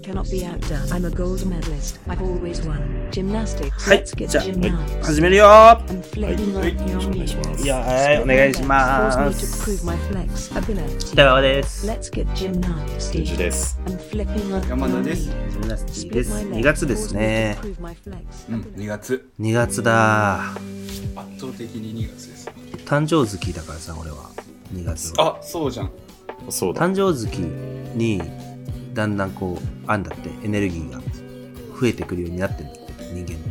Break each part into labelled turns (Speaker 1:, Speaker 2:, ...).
Speaker 1: Cannot be outdone. I'm a gold medalist. I've always won. Gymnastics.
Speaker 2: はい
Speaker 1: Let's get
Speaker 2: じゃあ
Speaker 1: gymnastics.
Speaker 2: 始めるよー
Speaker 1: I'm flexing
Speaker 3: はい
Speaker 1: like your
Speaker 3: お願いします
Speaker 1: knees.
Speaker 2: いやはいお願いしま
Speaker 1: Force me to
Speaker 2: す
Speaker 1: prove my flex ability.
Speaker 2: 北川です
Speaker 1: レッツゲッジムナステ
Speaker 3: 順次です。
Speaker 4: 山田です
Speaker 2: ジムナスティです2月ですね
Speaker 4: うん、2月。
Speaker 2: 2月だ
Speaker 4: 圧倒的に2月です。
Speaker 2: 誕生月だからさ俺は2月は
Speaker 4: あ、そうじゃん。
Speaker 3: そうだ。
Speaker 2: 誕生月にだんだんこうあんだってエネルギーが増えてくるようになってるんだって人間っ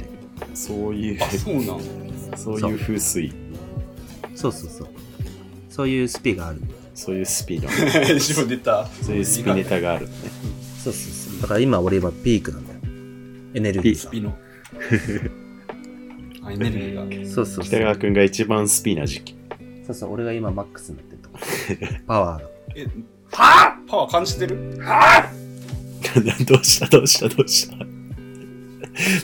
Speaker 2: て
Speaker 3: そういう
Speaker 4: あ、、そうなん。
Speaker 3: そういう風水、
Speaker 2: そうそうそうそういうスピがある
Speaker 3: そういうスピ が、
Speaker 4: 自分出た。
Speaker 3: そういうスピネタがあるのね。
Speaker 2: そうそうそうだから今俺今ピークなんだよエネルギー
Speaker 3: ピ
Speaker 4: ス
Speaker 2: が
Speaker 4: ピの。 あ、エネルギー
Speaker 2: そうそうそ
Speaker 3: 北
Speaker 2: う
Speaker 3: 川くんが一番スピな時期。
Speaker 2: そうそう俺が今マックスになってるとこパワーが
Speaker 4: が。え、はぁパワー感じてる
Speaker 3: どうしたどうしたどうした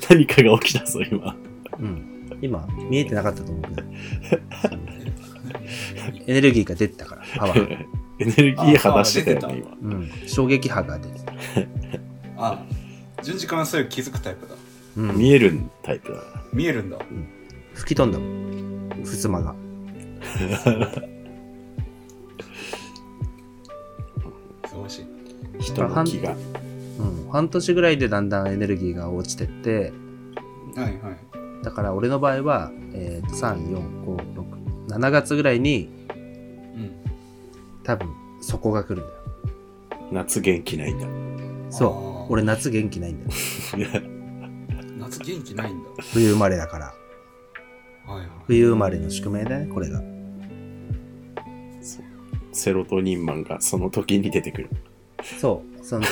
Speaker 3: 何かが起きたぞ、今。
Speaker 2: うん今見えてなかったと思うけどエネルギーが出てたからパワーが
Speaker 3: エネルギー話してたよね、
Speaker 2: うん衝撃波が出てた
Speaker 4: あ、順次からそういう気づくタイプだ。
Speaker 2: う
Speaker 3: 今。
Speaker 2: ん
Speaker 3: 見えるタイプだな。
Speaker 4: 見えるんだ。
Speaker 2: 吹き飛んだもんふすまが
Speaker 4: 素晴らしい。
Speaker 3: 人の気が。
Speaker 2: うん、半年ぐらいでだんだんエネルギーが落ちてって
Speaker 4: はいはい。
Speaker 2: だから俺の場合は、えー、34567月ぐらいに
Speaker 4: うん。
Speaker 2: 多分そこが来るんだよ
Speaker 3: 夏元気ないんだ。
Speaker 2: そ
Speaker 4: あー
Speaker 2: う俺夏元気ないんだよ
Speaker 4: 夏元気ないんだ。
Speaker 2: 冬生まれだから
Speaker 4: はいはい。
Speaker 2: 冬生まれの宿命だねこれが
Speaker 3: セロトニンマンがその時に出てくる。
Speaker 2: そうその時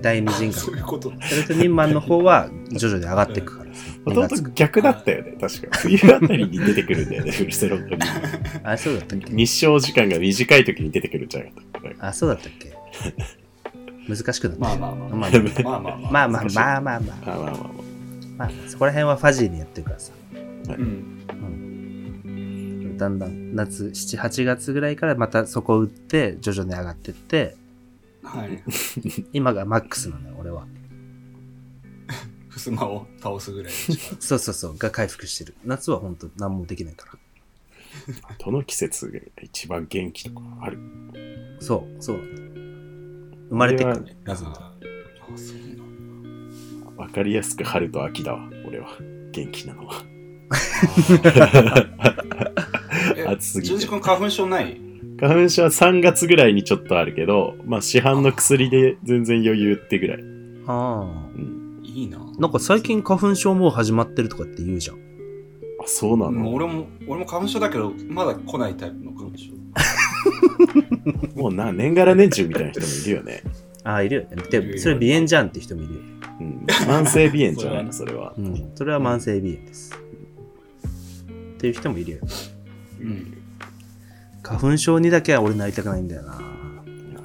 Speaker 2: 第二 人
Speaker 4: そう
Speaker 2: 格
Speaker 4: いうこと。
Speaker 2: セルトニンマンの方は徐々に上がっていくからさ2
Speaker 3: 弟
Speaker 2: 月
Speaker 3: 逆だったよね、確か。冬あたりに出てくるんだよね、 セロトニンマン。
Speaker 2: あそうだったっけ
Speaker 3: 日照時間が短い時に出てくるんじゃなかったっ け
Speaker 2: あそうだったっけ難しくなった
Speaker 4: まあまあまあ。
Speaker 2: まあ
Speaker 4: まあまあまあ。
Speaker 2: まあまあ
Speaker 3: 難しい
Speaker 2: まあまあまあ、
Speaker 3: あまあまあま
Speaker 2: まあ、そこら辺はファジーにやってるからさ
Speaker 4: うん。
Speaker 2: だんだん夏78月ぐらいからまたそこを打って徐々に上がってって
Speaker 4: はい。
Speaker 2: 今がマックスなのよ俺は
Speaker 4: ふすまを倒すぐらいの 力。
Speaker 2: そうそうそうが回復してる夏は本当何もできないか
Speaker 3: あ。どの季節が一番元気とかある
Speaker 2: らそうそう生まれてくるね
Speaker 4: あ
Speaker 2: 謎に
Speaker 4: ー、そうなんだ。
Speaker 3: わかりやすく春と秋だわ、俺は。元気なのは。
Speaker 4: え
Speaker 3: 暑すぎて
Speaker 4: 順次君花粉症ない
Speaker 3: 花粉症は3月ぐらいにちょっとあるけど、まあ市販の薬で全然余裕ってぐらい。う
Speaker 2: あ
Speaker 3: ん、
Speaker 4: いいな
Speaker 2: あなんか最近花粉症もう始まってるとかって言うじゃん
Speaker 3: あそうなの
Speaker 4: もう
Speaker 3: も
Speaker 4: 俺も俺も花粉症だけどまだ来ないタイプの花粉症
Speaker 3: うな年がら年中みたいな人もいるよね。
Speaker 2: ああいるよね
Speaker 4: いるい
Speaker 2: で
Speaker 4: る
Speaker 2: それ鼻炎じゃんって人もいるよ、
Speaker 3: うん、慢性鼻炎じゃないの、それは。
Speaker 2: うん、それは慢性鼻炎ですっていう人もいるよ
Speaker 4: うん
Speaker 2: 花粉症にだけは俺なりたくないんだよな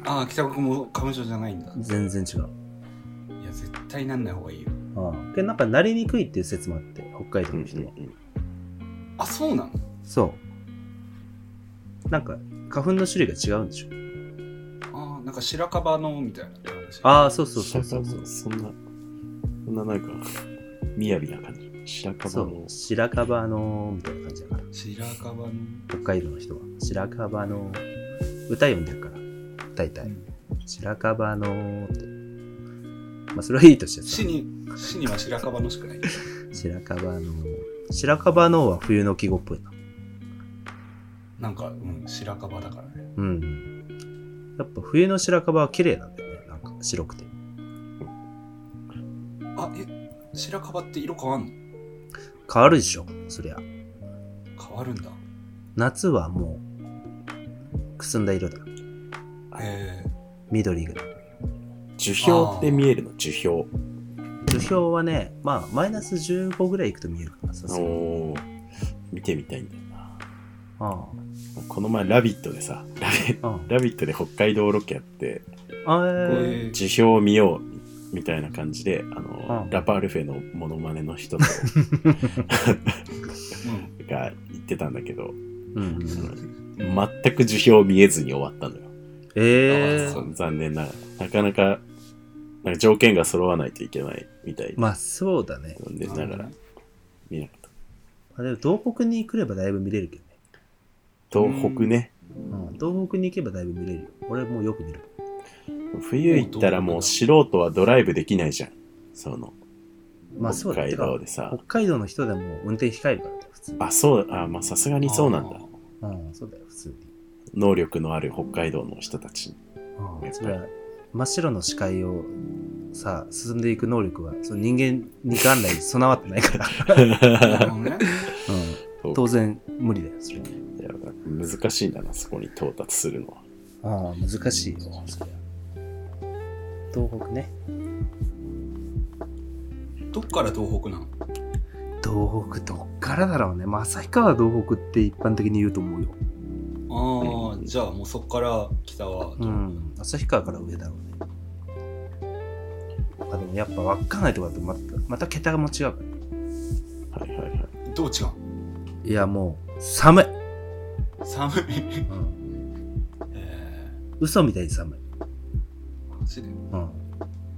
Speaker 4: ああ北川君も花粉症じゃないんだ
Speaker 2: 全然違う
Speaker 4: いや絶対なんない方がいいよ
Speaker 2: ああでなんかなりにくいっていう説もあって北海道
Speaker 3: うんう
Speaker 2: の
Speaker 3: ん
Speaker 2: 人は、
Speaker 4: あそうなの
Speaker 2: そうなんか花粉の種類が違うんでしょ
Speaker 4: あーなんか白樺のみたいな話
Speaker 2: ああそう
Speaker 3: そ
Speaker 2: そうう
Speaker 3: そ
Speaker 2: そうう
Speaker 3: そ
Speaker 2: そううそ
Speaker 3: そ。
Speaker 2: う
Speaker 3: んな、そんななんか、雅な感じ。白樺の
Speaker 2: う白樺のみたいな感じだから
Speaker 4: うん白樺の
Speaker 2: 北海道の人は白樺の歌読んでるから大体、
Speaker 4: うん
Speaker 2: 白樺のってまあそれはいいとして
Speaker 4: 死
Speaker 2: さ
Speaker 4: に死には白樺のしかない
Speaker 2: 白樺の白樺のは冬の季語っぽいな
Speaker 4: なんかうん白樺だからね
Speaker 2: うんやっぱ冬の白樺は綺麗なんだよねなんか白くて
Speaker 4: あえ白樺って色変わん
Speaker 2: 変わるでしょそりゃ
Speaker 4: の変わるんだ
Speaker 2: 夏はもうくすんだ色だ
Speaker 4: へえ
Speaker 2: 緑が
Speaker 3: 樹氷って見えるの、樹氷。
Speaker 2: 樹氷はねまあマイナス15ぐらいいくと見えるかなさすがに
Speaker 3: おお見てみたいんだよな
Speaker 2: あ
Speaker 3: この前「ラビット!」でさ「ラビ
Speaker 2: ああ
Speaker 3: ラビット!」で北海道ロケやって
Speaker 2: ああ
Speaker 4: え
Speaker 2: え
Speaker 4: ー
Speaker 3: 辞表を見ようみたいな感じであ
Speaker 2: あ
Speaker 3: の
Speaker 2: あ
Speaker 3: ラパルフェのモノマネの人と
Speaker 4: うん
Speaker 3: が言ってたんだけど
Speaker 2: ーうんうん
Speaker 3: 全く辞表見えずに終わったのよ、
Speaker 2: え
Speaker 4: あ
Speaker 2: ー
Speaker 3: そう残念ながらなかなかなんか条件が揃わないといけないみたいな
Speaker 2: まあそうだね。
Speaker 3: んで、だから見なかった。
Speaker 2: まあ、でも東北に来ればだいぶ見れるけどね。
Speaker 3: 東北ね、
Speaker 2: うん、東北に行けばだいぶ見れるよ。俺もうよく見る。
Speaker 3: 冬行ったらもう素人はドライブできないじゃん。その、
Speaker 2: まあそうだ
Speaker 3: 北海道
Speaker 2: て
Speaker 3: でさ
Speaker 2: か北海道の人でも運転控えるからね、普通。
Speaker 3: あ、そう、あ、まあさすがにそうなんだ
Speaker 4: あ。
Speaker 2: うん、そうだよ、普通に。
Speaker 3: 能力のある北海道の人たちに。
Speaker 2: う
Speaker 3: やっ
Speaker 2: ん、そ
Speaker 3: ぱ
Speaker 2: れ
Speaker 3: り
Speaker 2: は真っ白の視界をさ、進んでいく能力は、その人間に元来備わってないから、
Speaker 4: ー。なるほどね。
Speaker 2: うん、 当然無理だよ、それは。
Speaker 3: いや難しいんだな、そこに到達するのは。
Speaker 2: ああ、難しいよ、そりゃ東北ね。
Speaker 4: どっから東北なの
Speaker 2: 東北どっからだろうね。まあ、旭川東北って一般的に言うと思うよ。
Speaker 4: ああ、じゃあもうそっから北は。
Speaker 2: うん。旭川から上だろうね。あでもやっぱ稚内とかとまたまた桁も違うからね
Speaker 3: はいはいはい。
Speaker 4: どう違うの
Speaker 2: いやもう寒い、
Speaker 4: 寒い。
Speaker 2: うん、
Speaker 4: え
Speaker 2: 嘘みたいに寒い、
Speaker 4: ー、マジで
Speaker 2: うん、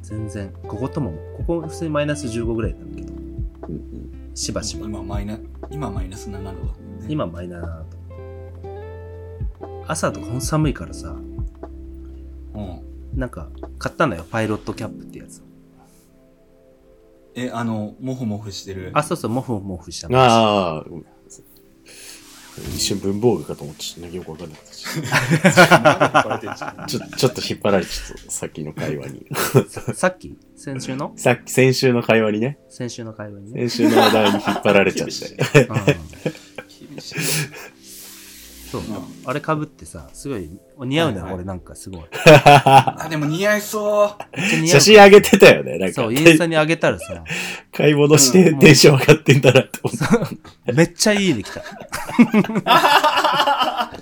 Speaker 2: 全然ここともここ普通にマイナス15ぐらいなんだけど
Speaker 3: うんうん
Speaker 2: しばしば
Speaker 4: 今マイナ今マイナス7度だ。
Speaker 2: 今マイナーだと朝とかほんと寒いからさ
Speaker 4: うん。
Speaker 2: なんか買ったのよパイロットキャップってやつを
Speaker 4: え、あの、もふもふしてる。
Speaker 2: あそうそうモフモフしたの
Speaker 3: ああ、ごめん一瞬文房具かと思って、ちょっとなんかよくわかんなかったし。 ちょちょっと引っ張られちゃった、さっきの会話に。
Speaker 2: ささっき先週の
Speaker 3: さっき、先週の会話にね、
Speaker 2: 先週の会話にね、
Speaker 3: 先週の話題に引っ張られちゃっ
Speaker 4: 厳 しい
Speaker 3: て。
Speaker 2: うん、
Speaker 4: 厳しい。
Speaker 2: そう
Speaker 4: うん
Speaker 2: あれかぶってさすごいお似合うね、
Speaker 4: はいはい
Speaker 2: 俺なんかす ごい
Speaker 4: あ、でも似合いそう。
Speaker 2: めっちゃ似合う
Speaker 3: 写真上げてたよね、なんか
Speaker 2: そう。インスタにあげたらさ
Speaker 3: 買い物してテンション上がってんだなって思っ
Speaker 2: めっちゃいいできた、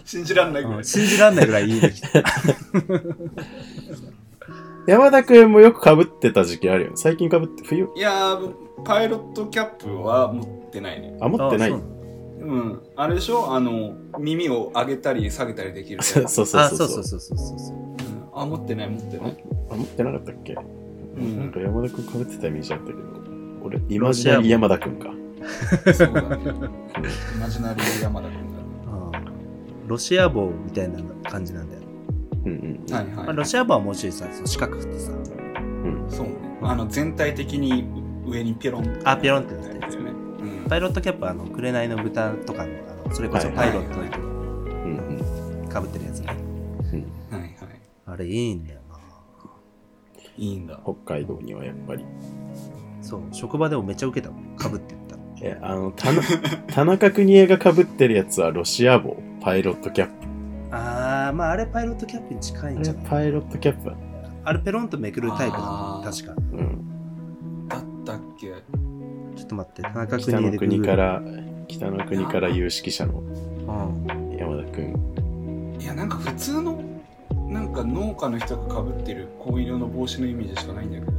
Speaker 4: 信じらんないぐ
Speaker 2: う
Speaker 4: らい
Speaker 2: ん。信じらんないぐらいいいできた
Speaker 3: た。山田くんもよく被ってた時期あるよね。最近被って、冬、
Speaker 4: いやー、パイロットキャップは持ってないね。
Speaker 3: あ、 持ってない
Speaker 2: あ。
Speaker 4: うん。あれでしょあの、耳を上げたり下げたりできるや つ。
Speaker 3: そうそうそう
Speaker 2: あ
Speaker 3: そう。
Speaker 2: そうそうそうそうそうそう
Speaker 4: うんあ、持ってない、持って ない。
Speaker 3: あ、持ってなかったっけ、
Speaker 4: ん
Speaker 3: なんか山田くん被ってたイメージあったけど、俺、イマジナリー山田くんか。
Speaker 4: そうだね。イマジナリー山田君
Speaker 2: うんロシア棒みたいな感じなんだよ、
Speaker 3: うんうん。
Speaker 4: だ。はい
Speaker 2: まあ、
Speaker 4: は
Speaker 2: ロシア棒はもうちょいさそう四角くてさ
Speaker 4: い。そうね。あの、全体的に上にピョロン。
Speaker 2: あピョロンってなってるやつ
Speaker 4: ね。うん。
Speaker 2: パイロットキャップはあの紅の豚とかのあのそれこそ
Speaker 3: はい
Speaker 2: パ
Speaker 3: は
Speaker 2: イ
Speaker 3: い
Speaker 2: ロットの人
Speaker 3: うんうん
Speaker 2: かぶってるやつね、
Speaker 4: はいはい。
Speaker 2: あれいいんだよない
Speaker 4: いんだ。
Speaker 3: 北海道にはやっぱり。
Speaker 2: そう職場でもめっちゃウケたもんかぶってったら
Speaker 3: え、あの、田中 田中邦衛が被ってるやつはロシア帽、パイロットキャップ。
Speaker 2: あーまああれパイロットキャップに近いん
Speaker 3: あ
Speaker 2: じゃ
Speaker 3: れ
Speaker 2: ない
Speaker 3: パイロットキャップだね。
Speaker 2: あれペロンとめくるタイプだ
Speaker 4: あ
Speaker 2: ね
Speaker 4: ー
Speaker 2: 確か
Speaker 3: うん。
Speaker 4: だったっけ
Speaker 2: ちょっと待って田中
Speaker 3: 北
Speaker 2: 邦衛
Speaker 3: の
Speaker 2: で
Speaker 3: 国か
Speaker 2: グ
Speaker 3: ら、北の国から有識者の
Speaker 2: ーグルうん
Speaker 3: 山田くん。
Speaker 4: いや、なんか普通の、なんか農家の人がかぶってる紺色の帽子のイメージしかないんだけど。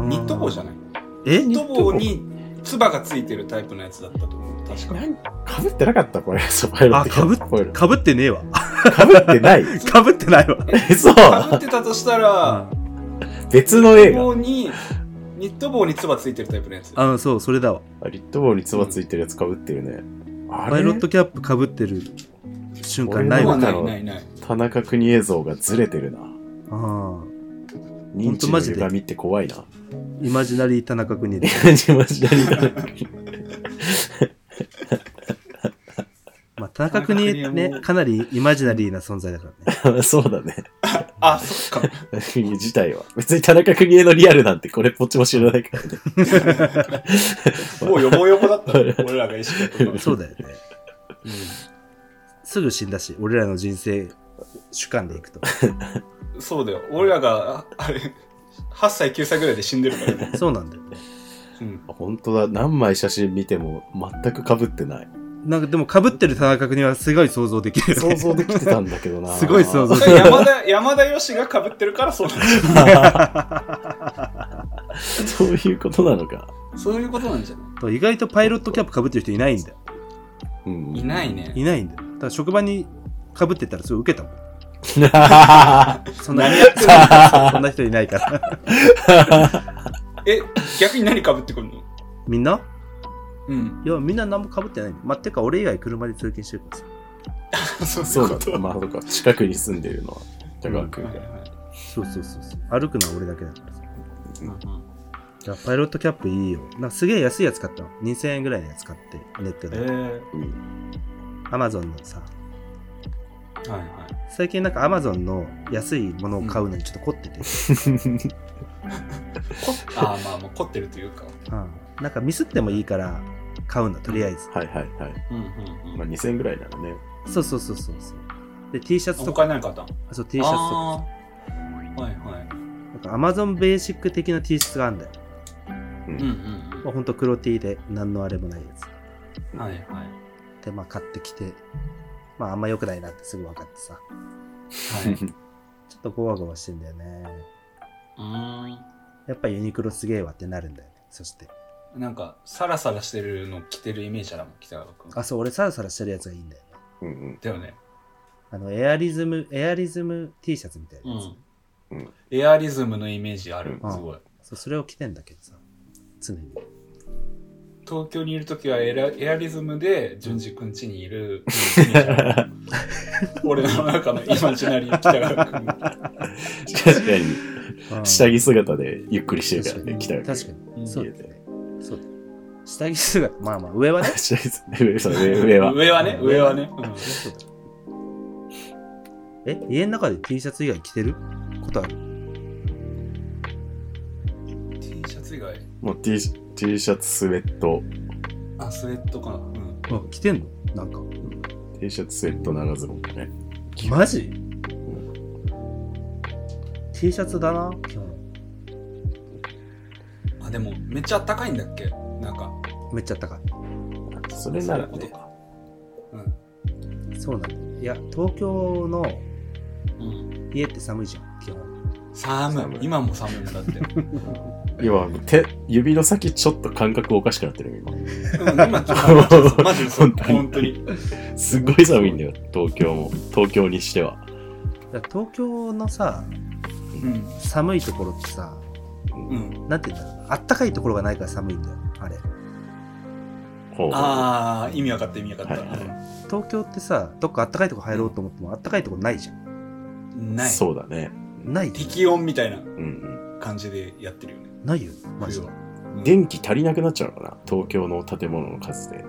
Speaker 2: うん
Speaker 4: ニット帽じゃない
Speaker 2: え
Speaker 4: ニット帽につばがついてるタイプのやつだったと思う。確か。
Speaker 3: なん被ってなかったこれ、 そうパイロットキャップ。
Speaker 2: あ
Speaker 3: これ
Speaker 2: かぶってねえわ
Speaker 3: 被ってない
Speaker 2: かぶってない わ
Speaker 3: えそう
Speaker 4: かぶってたとしたら、
Speaker 3: 別の 映画。
Speaker 4: 棒に、ニット帽につばついてるタイプのやつ。
Speaker 2: あそうそれだわ
Speaker 3: あリット帽につばついてるやつ被ってるね。あれ
Speaker 2: パイロットキャップかぶってる瞬間ない
Speaker 4: まあ
Speaker 2: わ
Speaker 3: 俺の
Speaker 4: な
Speaker 3: 中
Speaker 4: い
Speaker 3: の
Speaker 4: ないない。
Speaker 3: 田中邦衛像がずれてるな。
Speaker 2: ああ
Speaker 3: 認知
Speaker 2: ほんとマ
Speaker 3: の
Speaker 2: ジで
Speaker 3: 歪みって怖いな。
Speaker 2: イマジナリー田中邦で
Speaker 3: マジなりだな
Speaker 2: まあ田中邦衛ねかなりイマジナリーな存在だからね
Speaker 3: そうだね。
Speaker 4: あ、そっか。
Speaker 3: 国自体は。別に田中邦衛のリアルなんてこれっぽっちも知らないからね。
Speaker 4: もうよぼよぼだ ったね。俺らが意識とか。
Speaker 2: そうだよねすぐ死んだし俺らの人生主観でいくと
Speaker 4: そうだよ。俺らが、ああれ、8歳、9歳ぐらいで死んでるからね。
Speaker 2: そうなんだよね
Speaker 4: うん。
Speaker 3: 本当だ。何枚写真見ても全く被ってない。
Speaker 2: なんかでもかぶってる田中邦衛はすごい想像できるよ
Speaker 3: 想
Speaker 2: ね
Speaker 3: 像できて たんだけどな。
Speaker 2: すごい想像
Speaker 4: それ山田、山田よしが被ってるからそうなんじ
Speaker 3: そういうことなのか。
Speaker 4: ゃん。そういうことなんじゃな
Speaker 2: 意外とパイロットキャップかぶってる人いないんだよ
Speaker 3: う
Speaker 4: いい
Speaker 3: ん。
Speaker 4: ない
Speaker 2: い
Speaker 4: ね。
Speaker 2: ないんだよだから職場にかぶってたらすごいウケたもんそんな
Speaker 4: 何やってる
Speaker 2: そんな人いないから
Speaker 4: え、逆に何かぶってくんの
Speaker 2: みんな
Speaker 4: うん。
Speaker 2: いや、みんな何も被ってない。まあ、てか、俺以外車で通勤してるからさ。
Speaker 4: そ
Speaker 5: そう
Speaker 4: うい
Speaker 5: だ
Speaker 4: こと
Speaker 5: った。まあ、そうか。近くに住んでるのは、高川君
Speaker 4: はい
Speaker 5: が。
Speaker 4: はい
Speaker 2: そうそうそうそう。歩くのは俺だけだからさ。
Speaker 4: うんうん
Speaker 2: いやパイロットキャップいいよ。なんかすげえ安いやつ買ったわ。2000円ぐらいのやつ買って、ネット
Speaker 4: え
Speaker 2: で。
Speaker 4: ー、
Speaker 5: うん。
Speaker 2: アマゾンのさ、
Speaker 4: はいは
Speaker 2: 最近なんかアマゾンの安いものを買うのにちょっと凝ってて。
Speaker 4: い。こあーまあまあ凝ってるというか。
Speaker 2: うん。なんかミスってもいいから買うの、とりあえず。
Speaker 5: はいはいはい。
Speaker 4: うんうん
Speaker 5: まあ、2000ぐらいならね。
Speaker 2: そうそうそうそうそう。で、T シャツとか、
Speaker 4: 他に何かあったの
Speaker 2: あそう T シャツとか、
Speaker 4: あーはいは
Speaker 2: な
Speaker 4: い。
Speaker 2: んかアマゾンベーシック的な T シャツがあるんだよ。
Speaker 5: う
Speaker 4: うん
Speaker 5: ん。
Speaker 2: ま
Speaker 4: う
Speaker 2: あ、ほんと黒 T で何のあれもないやつ。
Speaker 4: ん。はいはい。
Speaker 2: で、まあ買ってきて、まああんま良くないなってすぐ分かってさ。
Speaker 4: はい。う
Speaker 2: ちょっとゴワゴワしてんだよね。
Speaker 4: ー
Speaker 2: やっぱユニクロすげえわってなるんだよね。そして。
Speaker 4: ん。なんか、サラサラしてるの着てるイメージだもん、北川君。
Speaker 2: あ、そう、俺サラサラしてるやつがいいんだよね。
Speaker 5: うんうん。
Speaker 4: だよね。
Speaker 2: あの、エアリズム、エアリズム T シャツみたいなやつ。
Speaker 4: う
Speaker 5: うん
Speaker 4: ん。エアリズムのイメージある。
Speaker 2: うん
Speaker 4: すごい。
Speaker 2: そう、それを着てんだけどさ。常に。
Speaker 4: 東京にいるときはエラエアリズムで淳二くん家にいる。俺の中のイマジナリー北川君。
Speaker 5: 確かに、下着姿でゆっくりしてるから
Speaker 2: 確か
Speaker 5: ね、
Speaker 2: に。
Speaker 5: 北川君。
Speaker 2: 確か
Speaker 4: うん
Speaker 2: に。そうだよね。そうだよね。下着姿、まあまあ、上はね。
Speaker 5: 下着姿上 そう上上は。
Speaker 4: 上はね、上はね。うん
Speaker 2: そうだよえ、家の中で T シャツ以外着てることある
Speaker 4: T シャツ以外、
Speaker 5: もう T, T シャツ、スウェット、
Speaker 4: あ、スウェットかな。うん。
Speaker 2: あ、着てんのなんか。
Speaker 5: T シャツ、スウェット、長ズボンだね。
Speaker 2: マジ ?T シャツだな、基本。
Speaker 4: あ、でも、めっちゃ暖かいんだっけなんか、
Speaker 2: めっちゃ高い。
Speaker 5: それなら
Speaker 4: そう
Speaker 5: ね
Speaker 4: いうこ、とか。
Speaker 2: そうなんだよ。いや、東京の
Speaker 4: うん。うん。
Speaker 2: 家って寒いじゃん、基本。
Speaker 4: 寒い。今も寒いんだって。うん
Speaker 5: 要は手、指の先ちょっと感覚おかしくなってるよ、今。
Speaker 4: 今ちょっとマジでそうマジでそう
Speaker 5: 本当に
Speaker 4: 本当に。
Speaker 5: すっごい寒いんだよ、東京も。東京にしては。
Speaker 2: だから東京のさ、
Speaker 4: うん。
Speaker 2: 寒いところってさ、
Speaker 4: うん。
Speaker 2: なんて言うんだろうな。あったかいところがないから寒いんだよ、あれ。
Speaker 5: ほう
Speaker 4: ああ、意味分かった意味分かった。
Speaker 5: はいはい
Speaker 2: 東京ってさ、どっかあったかいとこ入ろうと思っても、あったかいとこないじゃん。
Speaker 4: うんない。
Speaker 5: そうだね。
Speaker 2: ないよね
Speaker 4: 適温みたいな
Speaker 5: うんうん。
Speaker 4: 感じでやってるよね。
Speaker 2: ないよ、マジ
Speaker 4: 冬
Speaker 2: で
Speaker 4: は。。うん
Speaker 5: 電気足りなくなっちゃうのかな、東京の建物の数 で。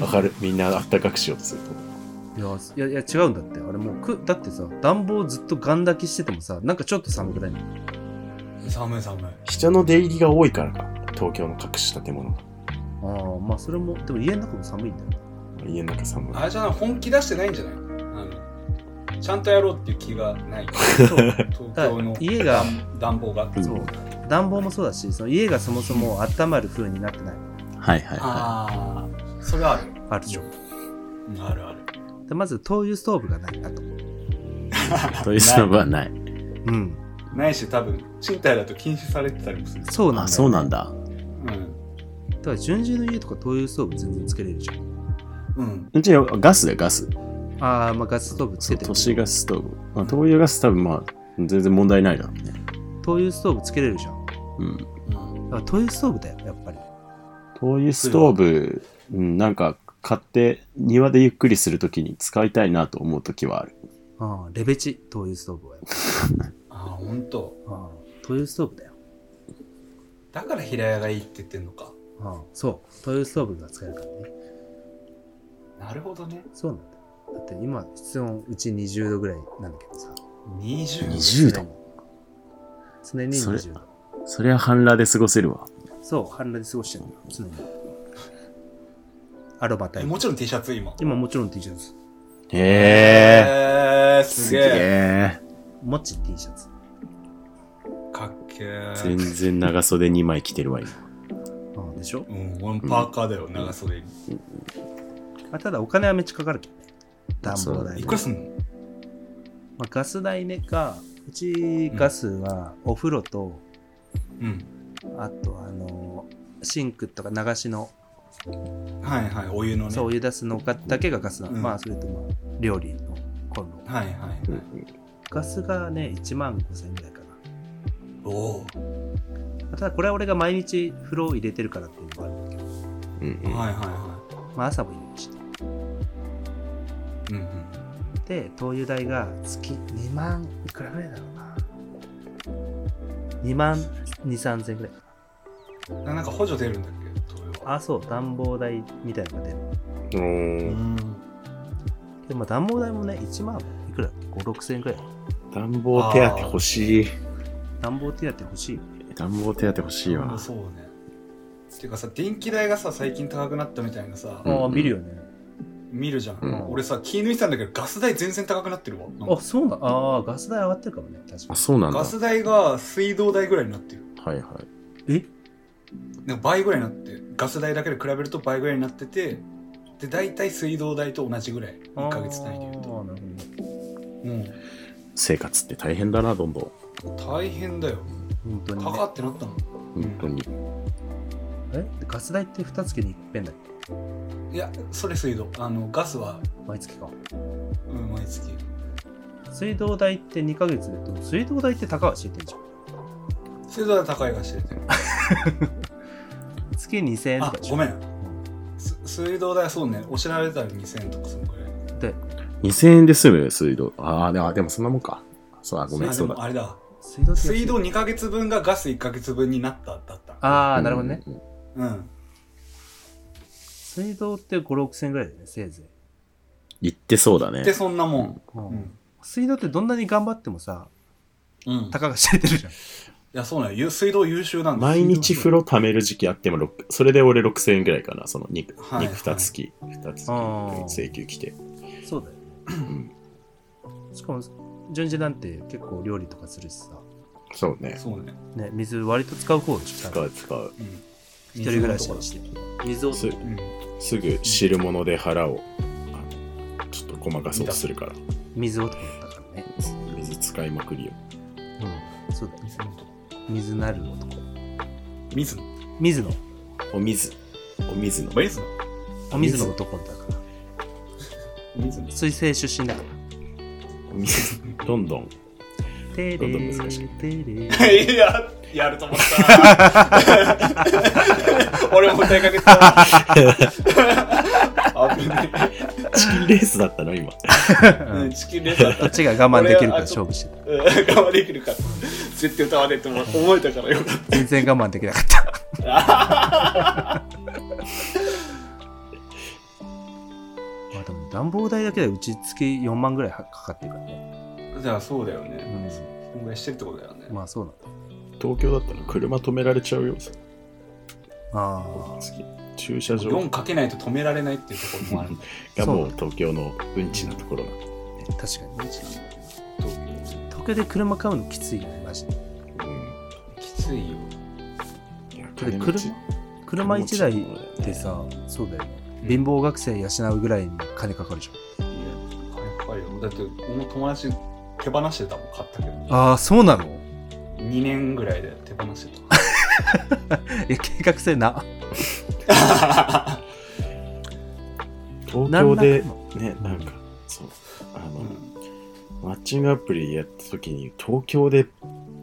Speaker 5: わかるみんなあったかくしようとすると。
Speaker 2: いや、いや、いや違うんだって。あれもう、く、だってさ、暖房ずっとガンだけしててもさ、なんかちょっと寒くない
Speaker 4: 寒い寒い。
Speaker 5: 人の出入りが多いからか、東京の各種建物が。
Speaker 2: ああ、まあそれも、でも家の中も寒いんだよ。
Speaker 5: 家の中寒い。
Speaker 4: あれじゃない本気出してないんじゃないあのちゃんとやろうっていう気がない。東
Speaker 2: だか
Speaker 4: 京
Speaker 2: ら
Speaker 4: の
Speaker 2: 家が、
Speaker 4: 暖房が。
Speaker 5: うん
Speaker 2: そう、暖房もそうだし、その家がそもそも温まる風になってない。
Speaker 5: はいはい
Speaker 4: ああ、それはある。
Speaker 2: あるでしょ。
Speaker 4: うんあるある。
Speaker 2: で、まず灯油ストーブがない、あと。
Speaker 5: い
Speaker 4: トイストーブ
Speaker 5: はない。
Speaker 2: うん。
Speaker 4: ないし、多分、賃貸だと禁止されてたりもする。
Speaker 2: そうなんだよ。だ
Speaker 5: なんだ。
Speaker 4: うん。
Speaker 2: から、順々の家とか灯油ストーブ全然つけれるじゃん。
Speaker 4: うん。
Speaker 5: うちはガスだよ、ガス。
Speaker 2: ああ、まあガスストーブつ
Speaker 3: そ
Speaker 2: け
Speaker 3: う、
Speaker 2: て
Speaker 3: 都
Speaker 2: る。
Speaker 3: 市ガスストーブ。まあ、灯油ガス多分まあ、全然問題ないだろうね。
Speaker 2: 灯油ストーブつけれるじゃん。だ
Speaker 3: うん。
Speaker 4: うん。
Speaker 2: から灯油ストーブだよ、やっぱり。
Speaker 3: 灯油ストーブ、うん、なんか買って庭でゆっくりするときに使いたいなと思うときはある。
Speaker 2: ああ、レベチ、灯油ストーブはやっぱり。
Speaker 4: ああ、ほんと。
Speaker 2: ああ、灯油ストーブだよ。
Speaker 4: だから平屋がいいって言ってんのか。
Speaker 2: ああ、そう。灯油ストーブが使えるからね。
Speaker 4: なるほどね。
Speaker 2: そうなんだよ。だって今、室温うち20度ぐらいなんだけどさ。
Speaker 4: 20。
Speaker 3: 20度
Speaker 2: 常に
Speaker 3: それ
Speaker 2: 20度。
Speaker 3: そりゃ半裸で過ごせるわ。
Speaker 2: そう、半裸で過ごしてるのよ、常 に。アロマタ
Speaker 4: え
Speaker 2: イ
Speaker 4: も
Speaker 2: プ。
Speaker 4: ちろん T シャツ今。
Speaker 2: 今もちろん T シャツ。
Speaker 3: へえ。
Speaker 4: えー、す
Speaker 3: す
Speaker 4: げ
Speaker 3: げ
Speaker 4: え。
Speaker 3: え。
Speaker 2: もち T シャツ。
Speaker 4: かっけ
Speaker 3: 全
Speaker 4: え。
Speaker 3: 然長袖2枚着てるわ、今。
Speaker 2: うん、でしょ
Speaker 4: うん、俺もパーカーだよ、長袖に。
Speaker 2: あただお金はめっちゃかかるけどね。暖房
Speaker 3: そうだ
Speaker 2: 代
Speaker 4: い
Speaker 2: ね。
Speaker 4: くらすんの
Speaker 2: まあ、ガス代ねか、うちガスはお風呂と、
Speaker 4: うん。
Speaker 2: あとあの、シンクとか流しの、
Speaker 4: はいはい、お湯のね。
Speaker 2: そうお湯出すのがだけがガスなの。
Speaker 4: うん
Speaker 2: まあ、それとまあ、料理のコンロ。
Speaker 4: はいはい。
Speaker 2: ガスがね、1万5千円ぐらいかな。おおただこれは俺が毎日風呂を入れてるからっていうのがあるんだけど、
Speaker 3: うんうん
Speaker 4: はいはいは
Speaker 2: まあ、朝も入れるし
Speaker 4: い。うんうん。
Speaker 2: で灯油代が月2万いくらぐらいだろうな2万2 3千ぐらいか
Speaker 4: ななんか補助出るんだっけ東
Speaker 2: なあそう暖房代みたいなのが出る
Speaker 5: お
Speaker 4: 洋
Speaker 5: ー
Speaker 4: ん
Speaker 2: でも暖房代もね1万いくらだっけ5 6千円ぐらい
Speaker 3: 暖房手当欲しい。
Speaker 2: 暖房手当欲しいよ
Speaker 3: 暖房手当欲しいわ。
Speaker 4: そうねてかさ電気代がさ最近高くなったみたいなさ、
Speaker 3: うん
Speaker 2: ああ見るよね
Speaker 4: 見るじゃん、
Speaker 3: うん
Speaker 4: 俺さ気抜いてたんだけどガス代全然高くなってるわなんか
Speaker 2: あそうなんああガス代上がってるかもね確か
Speaker 3: あ、
Speaker 2: に
Speaker 3: そうなんだ。
Speaker 4: ガ
Speaker 3: は
Speaker 4: ス代が水道代ぐらいになってる
Speaker 3: いはい。
Speaker 2: え
Speaker 4: なんか倍ぐらいになってガス代だけで比べると倍ぐらいになっててで大体水道代と同じぐらい1ヶ月単位で言う
Speaker 2: あ
Speaker 4: と
Speaker 2: あなるほど
Speaker 4: も
Speaker 3: 生活って大変だな、どんどん。
Speaker 4: う大変だよ
Speaker 2: 本当に、ね、
Speaker 4: かかってなったの
Speaker 3: 本当に。
Speaker 2: えガス代って2月に一遍だっけ
Speaker 4: いやそれ水道あのガスは、
Speaker 2: 毎月か
Speaker 4: うん、毎月
Speaker 2: 水道代って2ヶ月でどう水道代って高橋言ってんじゃん
Speaker 4: 水道代高いがしてて
Speaker 2: 月2000円と
Speaker 4: あ
Speaker 2: かでしょ
Speaker 4: ごめんす水道代そうねお調べたら2000円とかそのぐらい
Speaker 2: で
Speaker 3: 2000円で済む水道。あーでもあ、でもそんなもんか。そう、あごめん、
Speaker 4: あ
Speaker 3: そう
Speaker 4: でも
Speaker 3: だ。
Speaker 4: あれだ
Speaker 2: 水道って安い
Speaker 4: 水道2ヶ月分がガス1ヶ月分になっただった
Speaker 2: ああなるほどね、
Speaker 3: うん。
Speaker 4: うん
Speaker 2: 水道って5 6 0円ぐらいだよねせいぜい、
Speaker 3: 言ってそうだね
Speaker 4: で。そんなもん
Speaker 2: うん
Speaker 4: うん、
Speaker 2: 水道ってどんなに頑張ってもさ
Speaker 4: うん、い
Speaker 2: たかが知れてるじゃん
Speaker 4: やそうなんよ水道優秀なんだ
Speaker 3: 毎日風
Speaker 4: 呂
Speaker 3: 呂貯める時期あっても、ろくそれで俺6000円ぐらいかな、その肉、
Speaker 4: はい
Speaker 3: 肉2月、2月
Speaker 2: あー
Speaker 3: 請求来て。
Speaker 2: そうだよねしかも順次なんて結構料理とかするしさ
Speaker 3: そうね。
Speaker 4: そうね
Speaker 2: ね水割と使う方でしょ多
Speaker 3: 使
Speaker 2: 分
Speaker 3: う使う。
Speaker 4: うん
Speaker 2: 一人暮らしだし水を
Speaker 3: す
Speaker 4: うん
Speaker 3: すぐ汁物で腹を、あのちょっとごまかそうとするから、
Speaker 2: 水をとかだったからね
Speaker 3: 水使いまくりよ。
Speaker 2: うんそうだよ
Speaker 4: 水のとこ
Speaker 2: 水なる男
Speaker 4: 水の
Speaker 2: 水の
Speaker 3: お水。お水の。
Speaker 4: 水の
Speaker 2: お水の男だから
Speaker 4: 水の
Speaker 2: 水星出身だから
Speaker 3: お水。 どんどん。
Speaker 2: テレ
Speaker 3: どんどん難し
Speaker 2: ーテレー
Speaker 4: いややると思った 俺も歌いかけた危ね
Speaker 3: チキンレースだったの、今。
Speaker 4: えうんチキンレースだった
Speaker 2: どっちが我慢できるか勝負してた
Speaker 4: うん我慢できるから絶対歌わねえと思思えたからよかっ
Speaker 2: 全然我慢できなか ったまあでも暖房代だけでうち月4万ぐらいかかってるからね
Speaker 4: たじゃあそうだよね
Speaker 2: う
Speaker 4: そんぐらいしてるってことだよね、
Speaker 2: んまあそうなんだ
Speaker 3: 東京だったら車止められちゃうよ。
Speaker 2: あ
Speaker 3: 月駐車場
Speaker 4: 4かけないと止められないっていうところもあるんだよ
Speaker 3: がもう東京のうんちなところなんだ
Speaker 2: あ確かに東京で車買うのきついよねマジで
Speaker 3: うん
Speaker 4: きついよ
Speaker 3: いや
Speaker 2: だって
Speaker 3: 金持ち
Speaker 2: 車1台ってさそうだよね貧乏学生養うぐらいに金かかるじ
Speaker 4: 金かかるよだって俺も友達手放してたもん買ったけど
Speaker 2: ゃんああそうなの
Speaker 4: 2年ぐらいで手放してた
Speaker 2: え計画性な
Speaker 3: 東京で
Speaker 2: 何
Speaker 3: ねなんかそうあのマッチングアプリやった時に東京で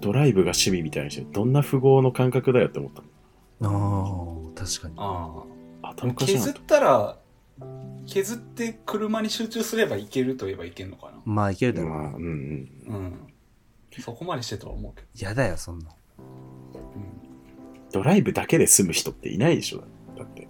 Speaker 3: ドライブが趣味みたいな人どんな富豪の感覚だよって思ったの
Speaker 2: あー確かに
Speaker 4: ああ
Speaker 3: 頭おかしいな
Speaker 4: 削ったら削って車に集中すればいけるといえばいけるのか
Speaker 2: まあいけるだろう、
Speaker 3: まあうんうん
Speaker 4: なうんそこまでしてとは思うけ
Speaker 2: 嫌だよそんな
Speaker 4: ど、うん
Speaker 3: ドライブだけで住む人っていないでしょだって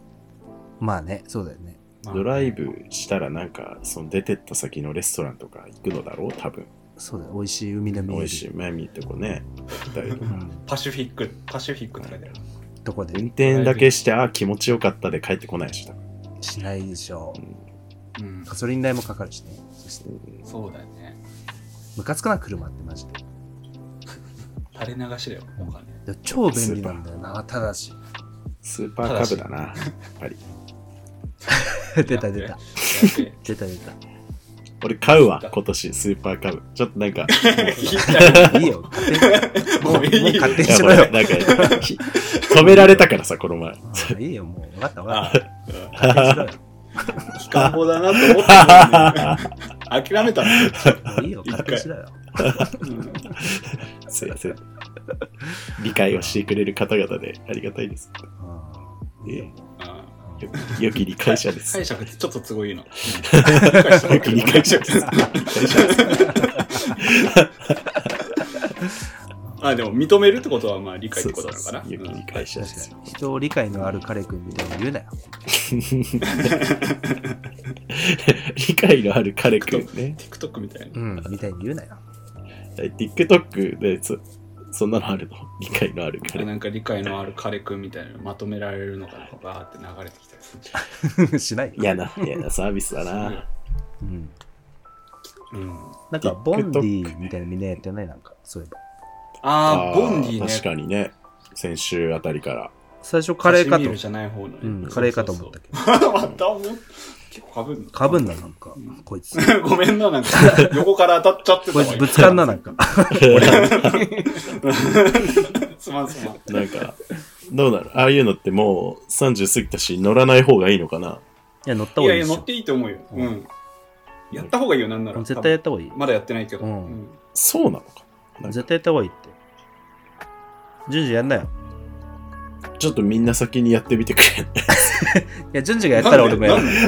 Speaker 2: まあねそうだよね
Speaker 4: まあ
Speaker 3: ドライブしたらなんかその出てった先のレストランとか行くのだろう多分
Speaker 2: そうだよ美味しい海の見え
Speaker 3: 美
Speaker 2: る
Speaker 3: 味しい前見とこね行ったりとか
Speaker 2: うん、
Speaker 4: パシフィックパシフィックって書いてある
Speaker 2: どこで
Speaker 3: 運転だけして、あー気持ちよかったで帰ってこないでしょ、多分
Speaker 2: しないでしょ
Speaker 4: うん
Speaker 2: うガソリン代もかかるしねそして
Speaker 4: そうだよね。
Speaker 2: ムカつかな車ってマジで
Speaker 4: 垂れ流しだよ、お金。
Speaker 2: でも超便利なんだよなただし
Speaker 3: スーパーカブだな、やっぱり。
Speaker 2: 出た出
Speaker 4: や
Speaker 2: た
Speaker 4: って。やって
Speaker 2: 出た出 た
Speaker 3: 俺買うわ、今年、スーパーカブ。ちょっとなんか、
Speaker 2: いいよ勝手 にもうも
Speaker 4: も
Speaker 2: う
Speaker 4: ういい
Speaker 2: 勝手に
Speaker 3: や
Speaker 2: しろ
Speaker 3: ばい
Speaker 2: よ
Speaker 3: なんか、ひ止められたからさ、この前。
Speaker 2: ああいいよもう分かった分か
Speaker 4: あ
Speaker 2: った
Speaker 4: あ、
Speaker 2: 勝手にしろよ
Speaker 4: 期間棒だなと思ったのに、諦めたの。
Speaker 2: もういいよ勝手にしろよ
Speaker 3: すいません。理解をしてくれる方々でありがたいです。ええ
Speaker 4: あ
Speaker 3: よ良き理解者で
Speaker 4: ー
Speaker 3: す
Speaker 4: 解。釈ってちょっと都合いいの。理解した
Speaker 3: 良き理 解者です。
Speaker 4: あ、でも認めるってことはまあ理解ってことなのかな。
Speaker 3: 良き理解者ですよ。
Speaker 2: 人を理解のある彼君みたいに言うなよ。
Speaker 3: 理解のある彼くんね。
Speaker 4: TikTok みたいな。
Speaker 2: うん、みたいに言うなよ。
Speaker 3: え TikTok でそそんなのあるの理解のある彼。
Speaker 4: なんか理解のある彼くんみたいなのまとめられるのかなバーって流れてきたりするじ
Speaker 2: しないよ。
Speaker 3: 嫌な、嫌なサービスだ
Speaker 4: ゃん
Speaker 3: な。
Speaker 2: うん。
Speaker 4: うん
Speaker 2: なんか、ボンディみたいなみんなやってないなんか、そういえば。
Speaker 3: ー
Speaker 4: ああ、ボンディね。
Speaker 3: 確かにね。先週あたりから。
Speaker 2: 最初カレーか
Speaker 4: シミー
Speaker 2: と
Speaker 4: ル。じゃない方のね。
Speaker 2: うん、カレーかと思った
Speaker 4: け
Speaker 2: けど。
Speaker 4: ど。またもう結構かぶんの
Speaker 2: かぶんな、なんか、こいつ。
Speaker 4: ごめんな、なんか、横から当たっちゃってた
Speaker 2: こ
Speaker 4: わ
Speaker 2: いつぶつかんな、なんか。
Speaker 4: すまんすまん。
Speaker 3: なんか、どうなるああいうのってもう30過ぎたし、乗らない方がいいのかない
Speaker 2: や、乗った方
Speaker 4: い
Speaker 2: が
Speaker 4: や
Speaker 2: いい
Speaker 4: い
Speaker 2: で
Speaker 4: や、
Speaker 2: し
Speaker 4: 乗っ
Speaker 2: ょ。
Speaker 4: ていいと思うよ。うん。やった方がいいよ、なんなら。
Speaker 2: 絶対やった方がいい
Speaker 4: 多分。まだやってないけど。
Speaker 2: うん
Speaker 4: うん
Speaker 3: そうなのか。なんか
Speaker 2: 絶対やった方がいいって。順次やんなよ。
Speaker 3: ちょっとみんな先にやってみてくれ。
Speaker 2: いや、順次がやったら俺もや
Speaker 4: なん
Speaker 2: る。
Speaker 4: でな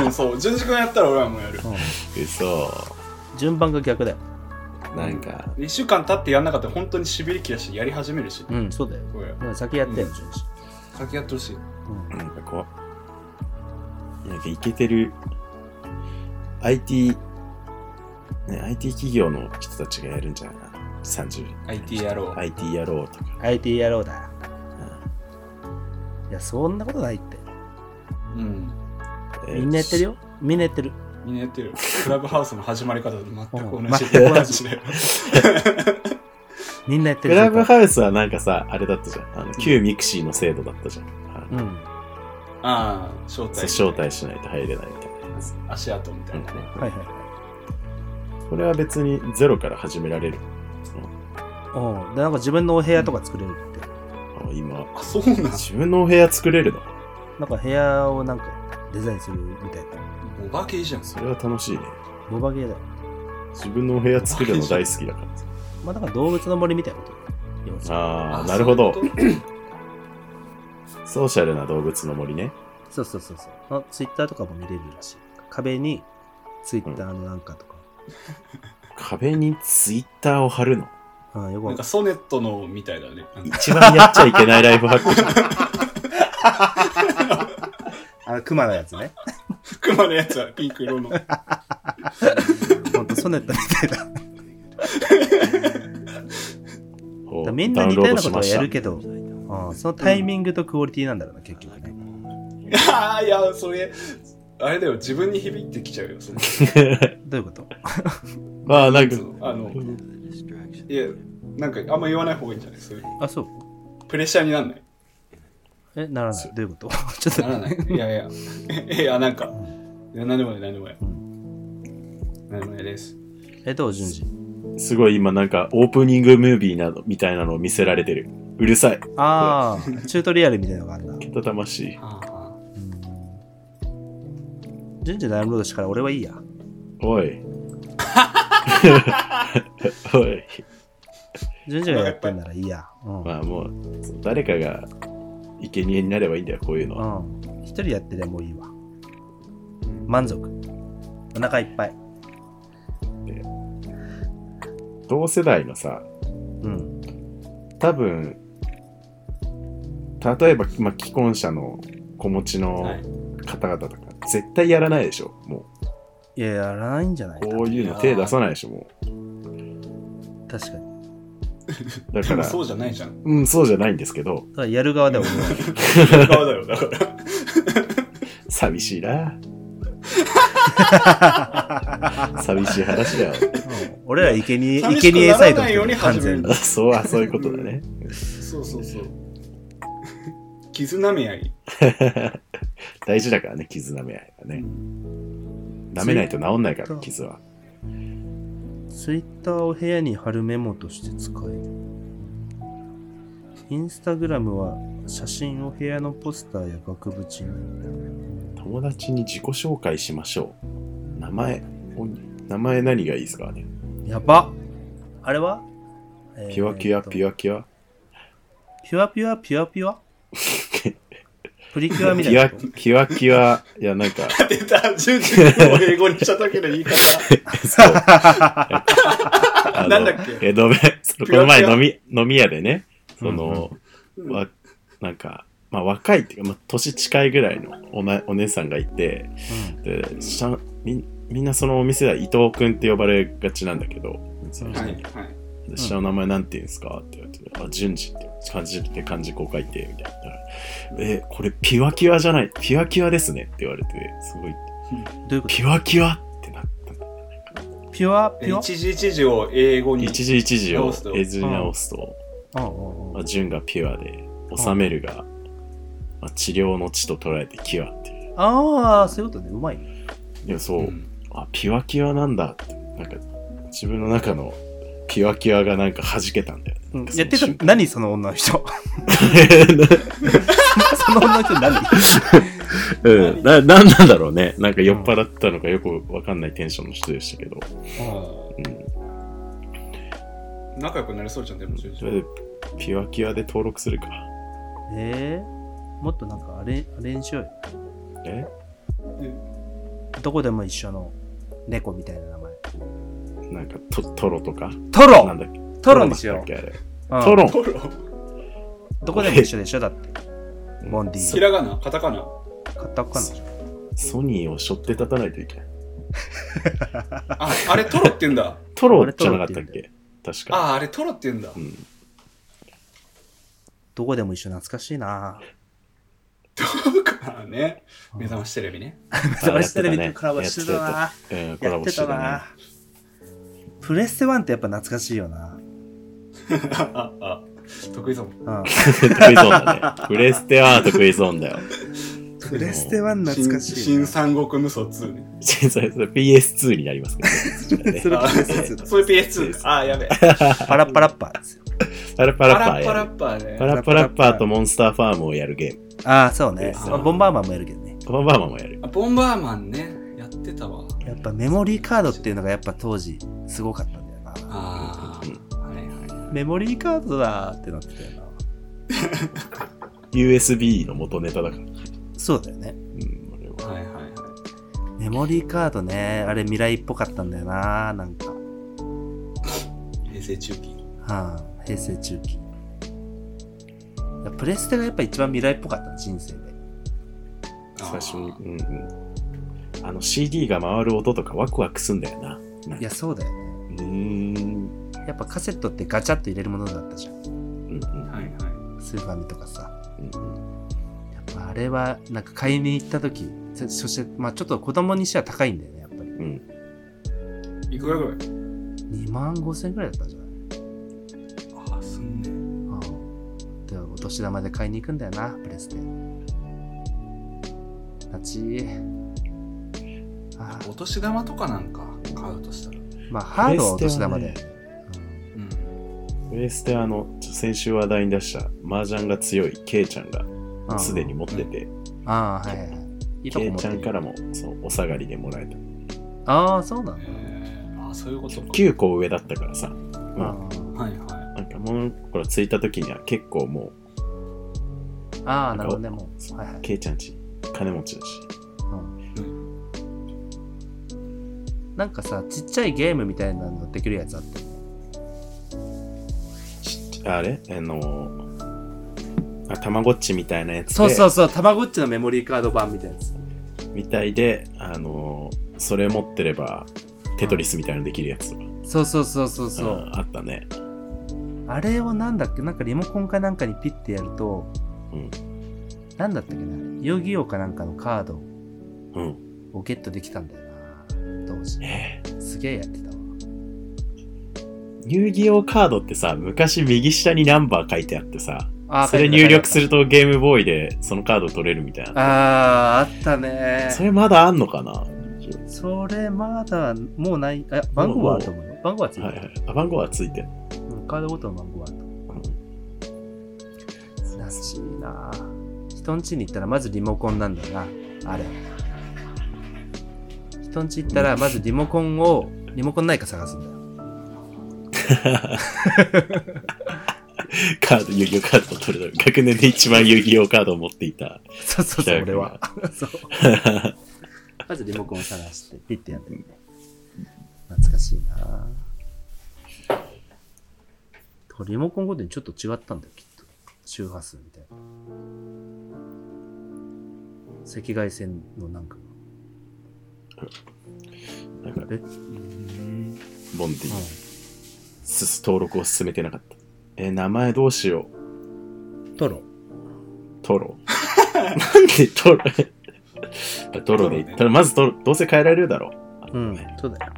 Speaker 4: んでうん、そう。順次君やったら俺はもうやる。
Speaker 3: 嘘。
Speaker 2: 順番が逆だよ。
Speaker 3: なんか、
Speaker 4: 1週間経ってやんなかったら本当にしびりきだし、やり始めるし。
Speaker 2: うん、そうだよ。
Speaker 4: これ、
Speaker 2: だから先やってよ、
Speaker 4: うん
Speaker 2: 順次。
Speaker 4: 先やってほしい。
Speaker 3: なんかこう、なんかイケてる IT、ね、IT 企業の人たちがやるんじゃないかな。30、
Speaker 4: IT 野郎。
Speaker 3: IT 野郎とか。
Speaker 2: IT 野郎だ。いや、そんなことないって。
Speaker 4: うん。
Speaker 3: えー
Speaker 2: みんなやってるよ。みんなやってる。
Speaker 4: みんなやってる。クラブハウスの始まり方と全く
Speaker 2: うん
Speaker 4: 同じ。
Speaker 2: 全く同
Speaker 4: じで。
Speaker 2: みんなやってる。
Speaker 3: クラブハウスはなんかさ、あれだったじゃん。あの旧ミクシーの制度だったじゃん。あの
Speaker 2: うん。
Speaker 4: ああ、招
Speaker 3: そう
Speaker 4: 待。
Speaker 3: 招待しないと入れないみたいなやつ。
Speaker 4: 足跡みたいなね。
Speaker 2: はいは
Speaker 3: これは別にゼロから始められる。
Speaker 2: い。うん。で、なんか自分のお部屋とか作れるって。
Speaker 3: あ今、
Speaker 4: あ、そうなんも
Speaker 3: 自分のお部屋作れるの。
Speaker 2: なんか部屋をなんかデザインするみたいな。
Speaker 4: うお化けいいじゃん。
Speaker 3: それは楽しいね。
Speaker 2: ボバゲーだよ。
Speaker 3: 自分のお部屋作るの大好き だから。
Speaker 2: まあ、だから動物の森みたいなことだよ。要するに
Speaker 3: ああ、なるほど
Speaker 4: そう。いうこ
Speaker 3: ソーシャルな動物の森ね。
Speaker 2: そうそうそうそう。まあ、ツイッターとかも見れるらしい。壁にツイッターのなんかとか。
Speaker 3: 壁にツイッターを貼るの。
Speaker 2: ああ、よく
Speaker 4: と
Speaker 2: わ
Speaker 4: なん
Speaker 2: か
Speaker 4: か
Speaker 2: ん
Speaker 4: ソネットのみたいだね。なんか
Speaker 3: 一番やっちゃいけないライフハ ックじゃん。
Speaker 2: ない。あ、熊のやつね。
Speaker 4: 熊のやつはピンク色 の。
Speaker 2: ほんと、ソネットみたいな。だか
Speaker 3: ほ
Speaker 2: ら
Speaker 3: う
Speaker 2: みんな似たようなことはやる
Speaker 3: ダウンロードし
Speaker 2: けど、ああそのタイミングとクオリティなんだろうな、結局ね。
Speaker 4: ああ、いや、それ、あれだよ、自分に響いてきちゃうよ。その
Speaker 2: どういうこと
Speaker 3: ました。ああ、なんか、
Speaker 4: あの、いや、なんかあんま言わない方がいいんじゃないそれ
Speaker 2: あ、そう。
Speaker 4: プレッシャーになんない。
Speaker 2: え、ならない。どういうこと ちょっ
Speaker 4: なら
Speaker 2: と、
Speaker 4: ない。いやいや、いや、 なんか、いや、なんでもない、なんでもない。なんでもないです。
Speaker 2: え、どう、順次。
Speaker 3: すごい今なんかオープニングムービーなどみたいなのを見せられてる。うるさい。
Speaker 2: ああ、チュートリアルみたいなのがあるな。
Speaker 3: けたたましい。
Speaker 4: ああ
Speaker 2: 順次ダウンロードしたから俺はいいや。
Speaker 3: おい。 おい。
Speaker 2: 順次がやってんならいいや。うん。
Speaker 3: まあもう、そう誰かが生贄になればいいんだよ、こういうのは。
Speaker 2: うん。一人やってでもういいわ。満足。お腹いっぱい。
Speaker 3: 同世代のさ、
Speaker 2: うん。
Speaker 3: 多分例えば、まあ、既婚者の子持ちの
Speaker 4: はい
Speaker 3: 方々とか、絶対やらないでしょも
Speaker 2: いや、やらないんじゃないう
Speaker 3: こういうの手出さないでしょも
Speaker 2: 確かに。
Speaker 3: うだ
Speaker 4: で
Speaker 3: か
Speaker 4: も
Speaker 3: ら
Speaker 4: そうじゃないじゃん。
Speaker 3: うんそうじゃないんですけど
Speaker 2: だからやる側で俺は。
Speaker 4: 裏側だよ、だから。
Speaker 3: 寂しいな寂しい話だよ
Speaker 2: うん俺らいけに、い
Speaker 4: 寂
Speaker 2: け
Speaker 4: しく
Speaker 2: に
Speaker 4: な
Speaker 2: えサ
Speaker 4: ら
Speaker 2: イドっ
Speaker 4: ない
Speaker 2: て
Speaker 4: よう
Speaker 2: こと
Speaker 4: に
Speaker 2: だ完
Speaker 4: 始め
Speaker 2: 全
Speaker 4: るん
Speaker 2: に
Speaker 4: だ。
Speaker 3: そうはそういうことだね
Speaker 4: そうそうそう。 絆め合い。
Speaker 3: 大事だからね傷舐め合いはね舐めないと治んないから傷は
Speaker 2: ツイッターを部屋に貼るメモとして使える。インスタグラムは写真を部屋のポスターや額縁に。
Speaker 3: 友達に自己紹介しましょう名前お名前何がいいですかね
Speaker 2: やばあれは
Speaker 3: ピュアキュア、ピ
Speaker 2: ュア。
Speaker 3: ュアキュア。
Speaker 2: ピュアピュア、ピュアピュアプリキュアみ
Speaker 3: ピ
Speaker 2: たい
Speaker 3: ュア、
Speaker 2: な
Speaker 3: ピ
Speaker 2: こと。
Speaker 3: ュアキュア、いや、なんか、
Speaker 4: 出た、順々を英語にしただけの言い方。
Speaker 3: そう。 あの
Speaker 4: なんだっけ
Speaker 3: 江戸弁、 そのこ
Speaker 4: ピュア
Speaker 3: の前
Speaker 4: ピュア
Speaker 3: 飲み、飲み屋でね、その、
Speaker 4: うん
Speaker 3: わなんか、まあ若いっていうか、まあ年近いぐらいのおなお姉さんがいて、で、しゃみみんなそのお店では伊藤君って呼ばれがちなんだけど、
Speaker 4: はい、はい。
Speaker 3: で下の名前なんて言うんですかって言われて、あ、順次って漢字で漢字こう書いて、みたいな。え、これピュアキュアじゃない、ピュアキュアですねって言われて、すごい、
Speaker 2: どういうこ
Speaker 3: ピュアキュアってなった。
Speaker 2: とピュアピュア
Speaker 4: 一時一時を英語に。
Speaker 3: 一時一時を
Speaker 4: 直すと
Speaker 3: 絵図に直すと、
Speaker 2: うんうんう
Speaker 3: まあ、
Speaker 2: ん
Speaker 3: 順がピュアで、治めるが、まあ、治療の地と捉えてキュアっていう。
Speaker 2: ああ、そういうことね。うまいね。
Speaker 3: いや、そうう、
Speaker 4: ん
Speaker 3: あ、ピュアキュアなんだって、なんか、自分の中のピュアキュアがなんか弾けたんだよね。
Speaker 2: うんい
Speaker 3: そ
Speaker 2: や、
Speaker 3: の
Speaker 2: てか
Speaker 3: 瞬、間
Speaker 2: 何その女の 人。 その女の人何
Speaker 3: うん、な、なんなんだろうね。なんか酔っ払ったのかよくわかんないテンションの人でしたけど。
Speaker 4: 仲良くなれそうじゃん、でも、順
Speaker 3: それ
Speaker 4: 々
Speaker 3: で、ピュアキュアで登録するか。
Speaker 2: えー、もっとなんかあれ、あれにしようよ。
Speaker 3: え
Speaker 2: どこでも一緒の猫みたいな名前。
Speaker 3: なんかト、トロとか
Speaker 2: ト
Speaker 3: な
Speaker 2: ロ
Speaker 3: んだっけ
Speaker 2: トロにしよ
Speaker 3: トロだっ
Speaker 2: う。
Speaker 3: け
Speaker 2: う
Speaker 3: あ
Speaker 2: ん
Speaker 3: れトロン
Speaker 4: トロ。
Speaker 2: どこでも一緒でしょだって。ボンデ
Speaker 4: ひ
Speaker 2: ィ。
Speaker 4: らがな、カ タカナ。
Speaker 2: 買ったかな
Speaker 3: ソニーを背負って立たないといけない。
Speaker 4: あ、あれトロって言うんだ。
Speaker 3: トロじゃなかったっけ確か。
Speaker 4: あ、あれトロって言うんだ
Speaker 3: う。ん。
Speaker 2: どこでも一緒懐かしい な
Speaker 4: そうかね。目覚ましテレビね。
Speaker 2: 目覚ましテレビとコラボしてたな
Speaker 3: えー、コラ
Speaker 2: やっ
Speaker 3: ボ
Speaker 2: て
Speaker 3: して
Speaker 2: た
Speaker 3: たね
Speaker 2: な。プレステ1ってやっぱ懐かしいよな
Speaker 4: あ、あ、得意そう。
Speaker 2: う ん。
Speaker 3: 得意ゾーンだね。プレステは得意ゾーンだよ。
Speaker 2: プレステ1懐かしいな。
Speaker 4: 新新三国無双2ね。
Speaker 3: 実際それ PS2 になりますけど ね。
Speaker 2: それ
Speaker 4: あ
Speaker 2: PS2
Speaker 4: それ PS2 です。あ、やべえ。
Speaker 2: パラッパラッ パーですよ。
Speaker 3: パラパ
Speaker 4: パ
Speaker 3: ラッパ
Speaker 4: ラ
Speaker 3: ー
Speaker 4: ッパ
Speaker 3: や
Speaker 4: ラ
Speaker 3: る。
Speaker 4: ッパー
Speaker 3: パ
Speaker 4: ね。
Speaker 3: ラパラッパーとモンスターファームをやるゲーム。
Speaker 2: ああ、そうね。
Speaker 3: PS2
Speaker 2: まあボンバーマンもやるけどね。
Speaker 3: バンバーマンもやる。
Speaker 4: あボンバーマンね。やってたわ。
Speaker 2: やっぱメモリーカードっていうのがやっぱ当時すごかったんだよな。
Speaker 4: ああ。はいはい。
Speaker 2: メモリーカードだーってなってたよな。
Speaker 3: USB の元ネタだから。
Speaker 2: そうだよね。
Speaker 3: うん、俺は。
Speaker 4: はいはいはい。
Speaker 2: メモリーカードね、あれ未来っぽかったんだよな、なんか。は
Speaker 4: 平成中期。
Speaker 2: あ、平成中期。いやプレステがやっぱ一番未来っぽかった、人生で。
Speaker 3: 最初に、うんうん。あの CD が回る音とかワクワクすんだよな。なん
Speaker 2: い
Speaker 3: か
Speaker 2: や、そうだよね。
Speaker 3: うーん。
Speaker 2: やっぱカセットってガチャッと入れるものだったじゃん。
Speaker 3: うんうん
Speaker 4: はいは
Speaker 2: スーファミとかさ。
Speaker 3: うん
Speaker 2: やっぱあれは、なんか買いに行った時、そそして、まあちょっと子供にしては高いんだよね、やっぱり。
Speaker 3: うん。
Speaker 4: い。いくらぐらい
Speaker 2: 2万5千円くらいだったんじゃない
Speaker 4: ああ、すんね。
Speaker 2: うん。で、お年玉で買いに行くんだよな、プレステ。なちあ
Speaker 4: お年玉とかなんか買うとしたら。
Speaker 2: まあ、ハードはお
Speaker 3: プレ
Speaker 2: 年
Speaker 3: ステは
Speaker 2: 玉
Speaker 3: ね
Speaker 2: で。
Speaker 4: うん。
Speaker 3: プレステあの、ちょ先週話題に出した麻雀が強いケイちゃんが
Speaker 2: うん
Speaker 3: すでに持ってて、
Speaker 2: ああ、はいはいはい。いいとこ
Speaker 3: ケイ
Speaker 2: 持っ
Speaker 3: ち
Speaker 2: て
Speaker 3: ゃん
Speaker 2: る
Speaker 3: からもそうお下がりでもらえた。
Speaker 2: ああ、そうなんだ。
Speaker 4: えー、あそういうことか。
Speaker 3: 9個上だったからさ、
Speaker 2: あ
Speaker 3: ま
Speaker 4: はいは
Speaker 3: あ、なんか物心ついた時には結構も
Speaker 2: ーあー、なるほどね、もう。はいは
Speaker 3: う、
Speaker 2: い。
Speaker 3: ケイちゃんち金持ちだし、
Speaker 2: うんなんかさ、ちっちゃいゲームみたいなのできるやつあったよね
Speaker 3: ちあれあのー、あたまごっちみたいなやつで
Speaker 2: そうそうそう、たまごっちのメモリーカード版みたいなやつ。
Speaker 3: みたいで、あのー、それ持ってれば、テトリスみたいなのできるやつとか、
Speaker 2: そうそうそうそうそう。
Speaker 3: んあったね。
Speaker 2: あれをなんだっけなんかリモコンかなんかにピッてやると、
Speaker 3: うん
Speaker 2: なんだったっけな遊戯王かなんかのカード
Speaker 3: うん。
Speaker 2: をゲットできたんだよな当時
Speaker 3: え
Speaker 2: すげえやってたわ
Speaker 3: 遊戯王カードってさ、昔右下にナンバー書いてあってさ、
Speaker 2: あー
Speaker 3: それ入力するとゲームボーイでそのカード取れるみたいな。
Speaker 2: あーあったね
Speaker 3: それまだあんのかなは
Speaker 2: それまだもうないあ番号はあると思うよ番号はつい
Speaker 3: い
Speaker 2: て
Speaker 3: は
Speaker 2: る、
Speaker 3: い。あ番号はついてる。
Speaker 2: うんカードごとの番号はあると思
Speaker 3: うん
Speaker 2: う懐かしいな人ん家に行ったらまずリモコンなんだよなあれ人ん家行ったらまずリモコンをリモコンないか探すんだよ
Speaker 3: カード、遊戯王カードを取る の。学年で一番遊戯王カードを持っていた。
Speaker 2: そうそうそう、
Speaker 3: 北
Speaker 2: 俺
Speaker 3: 川
Speaker 2: は。そう。まずリモコンを探して、ピッてやってみて。懐かしいなぁリモコンごとにちょっと違ったんだよ、きっと。周波数みたいな。赤外線のなんか。
Speaker 3: なんか、
Speaker 2: え
Speaker 3: ボンディ、すす登録を進めてなかった。えー名前どうしよう。
Speaker 2: トロ。
Speaker 3: ト ロ。なんでトロ トロでいい
Speaker 4: トロね
Speaker 3: ただまずトロ、どうせ変えられるだろう。
Speaker 2: うん、そうだよ。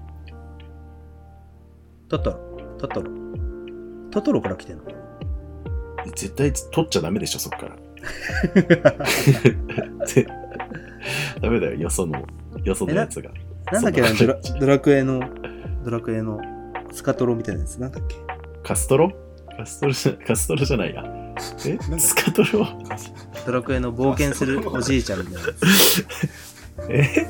Speaker 2: トトロ、トトロ。トトロから来てんの
Speaker 3: 絶対取っちゃダメでしょ、そっ から。ぜダメだよ、よその、よそのやつが。
Speaker 2: なんだっけな、ド
Speaker 3: そんな
Speaker 2: ラ
Speaker 3: 感じ
Speaker 2: ドラクエの、ドラクエのスカトロみたいなやつ、なんだっけ
Speaker 3: カストロカストロじゃカストロじゃないや。
Speaker 4: だ
Speaker 3: えスカトロ
Speaker 2: ドラクエの冒険するおじいちゃんみたいなやつ。
Speaker 3: え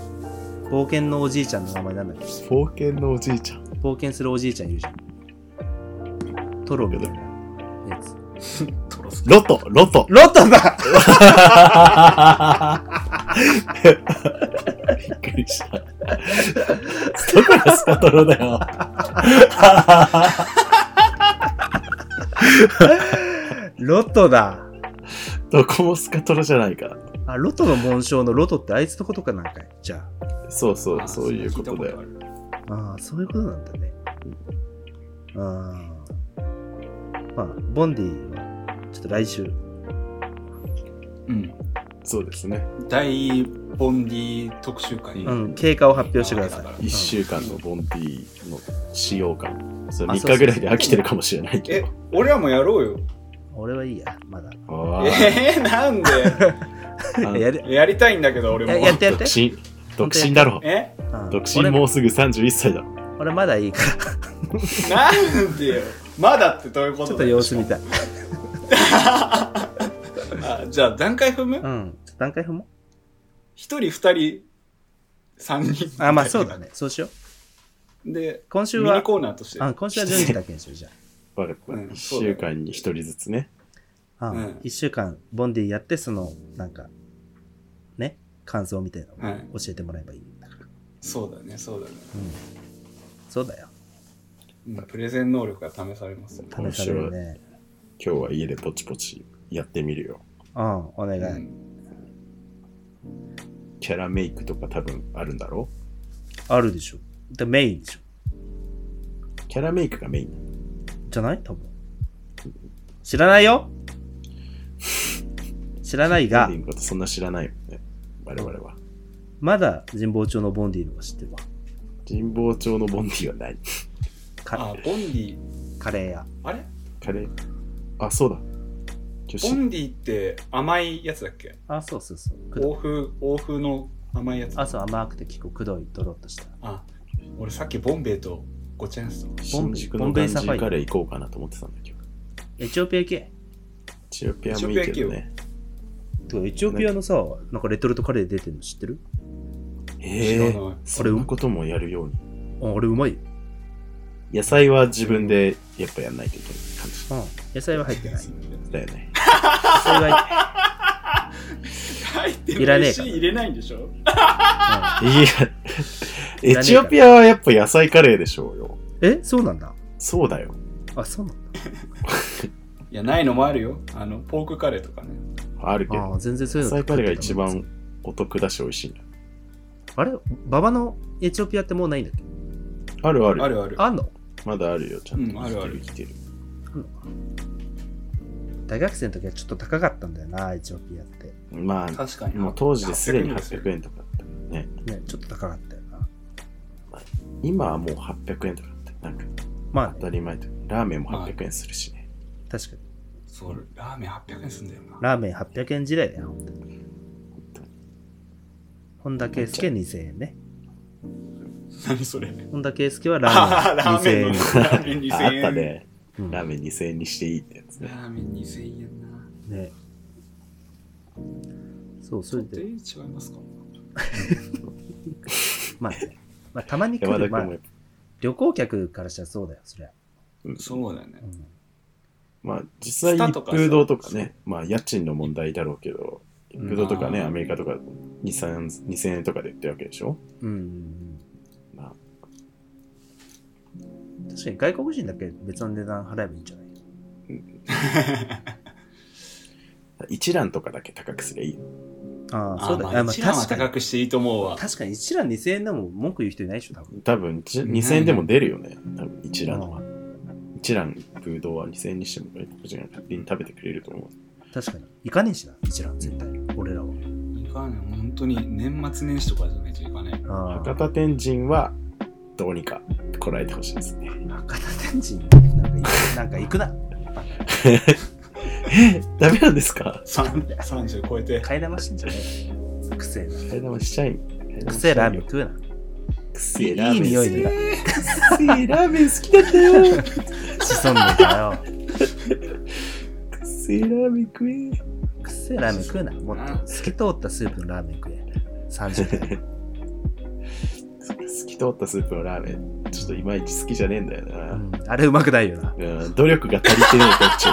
Speaker 2: 冒険のおじいちゃんの名前なんだっけ
Speaker 3: 冒険のおじいちゃん。
Speaker 2: 冒険するおじいちゃんいるじゃん。トロみたいなやつ。
Speaker 4: トロス
Speaker 3: ロトロト
Speaker 2: ロトだ
Speaker 3: びっくりした。どこがスカトロだよ。
Speaker 2: ロトだ
Speaker 3: どこもスカトロじゃないから。
Speaker 2: あ、ロトの紋章のロトってあいつのことかなんかいじゃ
Speaker 3: そうそう、
Speaker 4: あ
Speaker 3: そういうことだよ。
Speaker 4: 聞いたこ
Speaker 2: あ。ああ、そういうことなんだね。ああ。まあ、ボンディは、ちょっと来週。
Speaker 4: とあるうん
Speaker 3: そうですね。
Speaker 4: 大ボンディ特集会
Speaker 2: うん、経過を発表してください。
Speaker 3: 1週間のボンティの使用感。それ
Speaker 2: あ
Speaker 3: 3
Speaker 2: そうそう
Speaker 3: 日ぐらいで飽きてるかもしれないけ
Speaker 4: え
Speaker 3: ど。
Speaker 4: 俺らもやろうよ
Speaker 2: 俺はいいや、まだ。
Speaker 3: あー
Speaker 4: えー、なんで
Speaker 3: あの
Speaker 2: やる
Speaker 4: やりたいんだけど俺も
Speaker 2: ややってやって
Speaker 3: 独。身、独身だろ。
Speaker 4: え
Speaker 2: うん
Speaker 3: 独身もうすぐ31歳だろ。
Speaker 2: 俺俺まだいいから、
Speaker 4: なんでよまだってどういうこ
Speaker 2: ちょ
Speaker 4: と
Speaker 2: っと
Speaker 4: だよ
Speaker 2: 様子見たい。
Speaker 4: あじゃあ段階踏む
Speaker 2: うん。ちょっと段階踏もう
Speaker 4: 一人二人三人
Speaker 2: あ、まあそうだね。そうしよう。
Speaker 4: で
Speaker 2: 今週
Speaker 4: ミ
Speaker 2: は
Speaker 4: ニ、コーナーとして
Speaker 2: あ今週は順次だけにしよう、じゃ
Speaker 3: わかった。
Speaker 4: うん
Speaker 3: 1
Speaker 4: そうだよ
Speaker 3: 週間に1人ずつね。
Speaker 2: あ。う
Speaker 4: うん
Speaker 2: ん。一週間、ボンディやって、その、なんか、ね、感想みたいなのを教えてもらえばいいんだから。
Speaker 4: そうだねそうだね、
Speaker 2: そうだよ。
Speaker 4: うんプレゼン能力が試されますね
Speaker 2: 試されるね。
Speaker 3: 今日は家でポチポチやってみるよ。
Speaker 2: うん、お願い。
Speaker 4: うん
Speaker 3: キャラメイクとか多分あるんだろ
Speaker 2: あるでしょ。で、メインでしょ。
Speaker 3: うキャラメイクがメイン。
Speaker 2: じゃない多分。知らないよ知らない
Speaker 3: ボン
Speaker 2: が
Speaker 3: ディ、のことそんな知らないよね。我々は。
Speaker 2: まだ神保町のボンディのは知ってるわ。
Speaker 3: 神保町のボンディはない。
Speaker 4: あ
Speaker 2: カ
Speaker 4: ボンディ
Speaker 2: カレー屋。
Speaker 4: あれ
Speaker 3: カレー。あ、そうだ。女
Speaker 4: ボ
Speaker 3: 子。
Speaker 4: ンディって甘いやつだっけ
Speaker 2: あ、そうそうそう。くど
Speaker 4: 欧風欧風の甘いやつ
Speaker 2: あ、そう、甘くて結構くどい、ドロッとした。
Speaker 4: あ俺さっきボンベイとごちゃんすと
Speaker 3: 新宿
Speaker 2: ボ
Speaker 3: の
Speaker 2: ンベイ
Speaker 3: ガンジ
Speaker 2: サファイ
Speaker 3: ー
Speaker 2: ア
Speaker 3: カレー行こうかなと思ってたんだけど。
Speaker 2: エチオピア系
Speaker 3: エチオピアもいいけどね。
Speaker 2: てかエチオピアのさ、なんかレトルトカレー出てるの知ってる
Speaker 3: え
Speaker 4: 知らない
Speaker 3: ー、そんなこともやるように。
Speaker 2: あ、あれうまいよ。
Speaker 3: 野菜は自分でやっぱやんないといけない感じ
Speaker 2: うん。野菜は入ってない。
Speaker 3: だよね。
Speaker 2: 野菜は、
Speaker 4: 入って
Speaker 2: いらね
Speaker 4: な
Speaker 2: え
Speaker 4: い
Speaker 2: か
Speaker 4: し
Speaker 2: ら
Speaker 4: 入れないんでしょ
Speaker 3: いや、エチオピアはやっぱ野菜カレーでしょうよ。
Speaker 2: え、そうなんだ。
Speaker 3: そうだよ。
Speaker 2: あ、そうなんだ。
Speaker 4: いやないのもあるよあのポークカレーとかね
Speaker 3: あるけ
Speaker 2: あ
Speaker 3: ど
Speaker 2: ー、全然そうい
Speaker 3: 野
Speaker 2: うの
Speaker 3: 菜
Speaker 2: 食
Speaker 3: カ
Speaker 2: って
Speaker 3: レー
Speaker 2: た
Speaker 3: が一。番お得だし美味しいんだ。
Speaker 2: あれ馬場のエチオピアってもうないんだっけ
Speaker 3: あるある。
Speaker 4: あるある
Speaker 2: あんの
Speaker 3: まだあるよ、ちゃんと。
Speaker 4: うんあるある
Speaker 3: 生きてる。
Speaker 2: 大学生の時はちょっと高かったんだよな、エチオピアって。
Speaker 3: まあ、
Speaker 4: 確かに
Speaker 3: もう当時ですでに800
Speaker 4: 円
Speaker 3: 円とかだったからね。
Speaker 2: ね、ちょっと高かったよな。
Speaker 3: 今はもう800円とかだった。なんか
Speaker 2: まあ
Speaker 3: 当
Speaker 2: ね、
Speaker 3: たり前とかラーメンも800円するしね。
Speaker 2: 確かに。
Speaker 4: そうラーメン800円すんだよな
Speaker 2: ラーメン800円時代だよ、本当に。本田圭佑2000円ね。
Speaker 4: 何それ
Speaker 2: 本田圭佑 はラ
Speaker 4: ああラ
Speaker 2: ー
Speaker 4: ー
Speaker 2: メ
Speaker 4: メ
Speaker 2: ン
Speaker 4: ンの
Speaker 2: 2000円。
Speaker 4: ラーメン2000
Speaker 3: ああ
Speaker 4: 円
Speaker 3: った
Speaker 2: う
Speaker 3: ね。
Speaker 2: ん
Speaker 3: ラーメン2000円にしていいってやつ
Speaker 4: ラ
Speaker 3: ね。
Speaker 4: ーメン2000円な
Speaker 2: ねそうそ
Speaker 4: ちょ
Speaker 2: れ
Speaker 4: っと
Speaker 2: で
Speaker 4: 違いますか
Speaker 2: まあね、まあ、たまに来
Speaker 3: 山田
Speaker 2: る、
Speaker 3: 君
Speaker 2: まあ
Speaker 3: もやっ、
Speaker 2: 旅行客からしたらそうだよそりゃ
Speaker 3: うん
Speaker 4: そうだよね。
Speaker 3: まあ、実際、
Speaker 4: スタ
Speaker 3: 一
Speaker 4: とか
Speaker 3: 風堂とかね、まあ、家賃の問題だろうけど、一風堂とかね、
Speaker 4: あー
Speaker 3: アメリカとか2、3 2000円とかで売ってるわけでしょ
Speaker 2: うん。
Speaker 3: まあ、
Speaker 2: 確かに外国人だけ別の値段払えばいいんじゃない
Speaker 3: 一覧とかだけ高くすりゃいいよ。
Speaker 2: あ あ、そうだ
Speaker 4: あ
Speaker 2: ね。
Speaker 4: ま
Speaker 2: あ
Speaker 4: あ、
Speaker 2: まあ、
Speaker 4: 一覧は
Speaker 2: 確か
Speaker 4: 高
Speaker 2: に。
Speaker 4: くしていいと思うわ。
Speaker 2: 確かに一覧2000円でも文句言う人いないでしょ、多分。
Speaker 3: 多分、じ
Speaker 4: うん
Speaker 3: 2000円でも出るよね。多分、一覧は
Speaker 2: う。
Speaker 3: 一覧、一風堂は2000円にしても外国人が勝手に食べてくれると思う。
Speaker 2: 確かに。行かねえしな、一覧絶対。俺らは。
Speaker 4: いかんね本当に年末年始とかじゃないといかね
Speaker 2: ああ
Speaker 3: 博多天神は、どうにかこらえてほしいですね。
Speaker 2: 博多天神なんか行くなんか行くな。
Speaker 3: えダメなんですか
Speaker 4: え。30超えて。
Speaker 2: 替え玉してんじゃねえくせえな。
Speaker 3: 替え玉しちゃい。替え玉
Speaker 2: く
Speaker 3: し
Speaker 2: せえ
Speaker 3: ちゃ
Speaker 2: ラーメン
Speaker 3: いよ
Speaker 2: 食 うな。
Speaker 3: くせえラーメン。
Speaker 2: いい匂い
Speaker 3: く
Speaker 2: だ。
Speaker 3: せえラーメン好きだったよ。
Speaker 2: 潜んでたよ。
Speaker 3: くせえラーメン食え。
Speaker 2: くせえラーメン食うな。もっと透き通ったスープのラーメン食え。30代。
Speaker 3: 透き通ったスープのラーメン、ちょっといまいち好きじゃねえんだよ
Speaker 2: う
Speaker 3: な。
Speaker 2: ん、あれうまくないよな。
Speaker 3: うん、努力が足りてねえこっち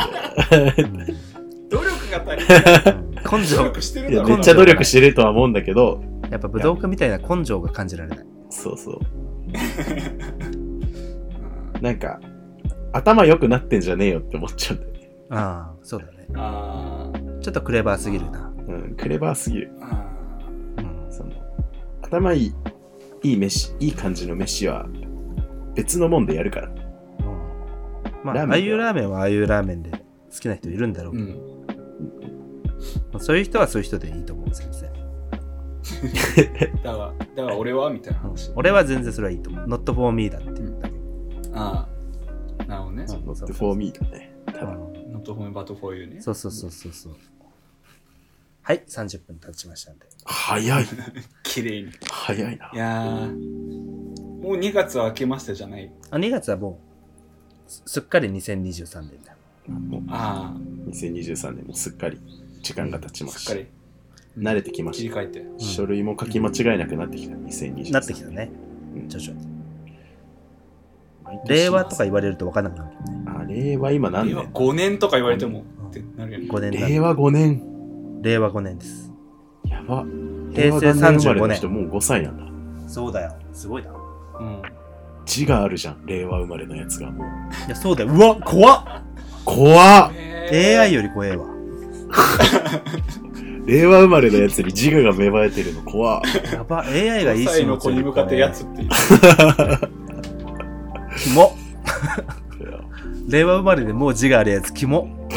Speaker 3: だよ
Speaker 2: うん
Speaker 4: 努力が足りない。
Speaker 2: 根性
Speaker 4: 努、力してる
Speaker 3: い
Speaker 4: だ
Speaker 3: や、
Speaker 4: ろ
Speaker 3: めっちゃ努力してるとは思うんだけど、
Speaker 2: やっぱ武道家みたいな根性が感じられない。
Speaker 3: そうそう。
Speaker 4: うん
Speaker 3: なんか、頭良くなってんじゃねえよって思っちゃうんだよね。
Speaker 2: ああ、そうだね。
Speaker 4: あー
Speaker 2: ちょっとクレバーすぎるな。
Speaker 3: うん、クレバーすぎる。
Speaker 4: あ
Speaker 2: うん、
Speaker 3: その頭いい、いい飯、いい感じの飯は、別のもんでやるから。
Speaker 2: ま
Speaker 3: ラ
Speaker 2: あ、
Speaker 3: ー
Speaker 2: あ
Speaker 3: メンは
Speaker 2: あいうラーメンはああいうラーメンで好きな人いるんだろう
Speaker 4: ー。う
Speaker 2: けど、
Speaker 4: ん。
Speaker 2: まあそういう人はそういう人でいいと思うんですけどね。
Speaker 4: だが、だが俺はみたいな話。
Speaker 2: 俺は全然それはいいと思う。not for me だって言ったけど。
Speaker 4: ああ。なるほどね。
Speaker 2: うん
Speaker 3: ノットフォーミーだね。多分
Speaker 4: ノットフォームバトフォーユーね。
Speaker 2: そうそうそうそうそう。はい、30分経ちましたんで。
Speaker 3: 早い。
Speaker 4: 綺麗に。。
Speaker 3: 早いない
Speaker 4: やーもう2月は明けましたじゃない。
Speaker 2: あ2月はもう、すすっかり2023年だ。
Speaker 3: も
Speaker 4: あ
Speaker 3: う2023年もすっかり時間が経ち
Speaker 4: あ、
Speaker 3: ますし。
Speaker 4: ったかり
Speaker 3: 慣れてきま
Speaker 4: 切
Speaker 3: し
Speaker 4: り
Speaker 3: た。
Speaker 4: 替えて。
Speaker 2: うん
Speaker 3: 書類も書き間違えなくなってきた、2023
Speaker 2: なってきたね。
Speaker 3: うん
Speaker 2: 徐々に。
Speaker 3: 毎年
Speaker 2: 令和とか言われると分かんなくなるよね。
Speaker 3: あ令和今何
Speaker 4: 令和
Speaker 3: 年
Speaker 4: 5年とか言われても
Speaker 2: ん
Speaker 4: ってなるよね。
Speaker 2: 5年だ。
Speaker 3: 令和5年。
Speaker 2: 令和5年です。
Speaker 3: やば。
Speaker 2: 平成
Speaker 3: 令和元生まれ
Speaker 2: 35
Speaker 3: の人
Speaker 2: 年。
Speaker 3: もう5歳なんだ。
Speaker 2: そうだよ。すごいな。
Speaker 4: うん。
Speaker 3: 字があるじゃん、令和生まれのやつがもう。
Speaker 2: いや、そうだよ。うわ、怖っ
Speaker 3: 怖っ
Speaker 4: え
Speaker 2: !AI より怖えわ。
Speaker 3: 令和生まれのやつに自我が芽生えてるの怖っ
Speaker 2: やば、AI がいい仕
Speaker 4: 5
Speaker 2: 事
Speaker 4: 歳の子に向かってやつっていう。
Speaker 2: キモ令和生まれでもう字があるやつ、キモ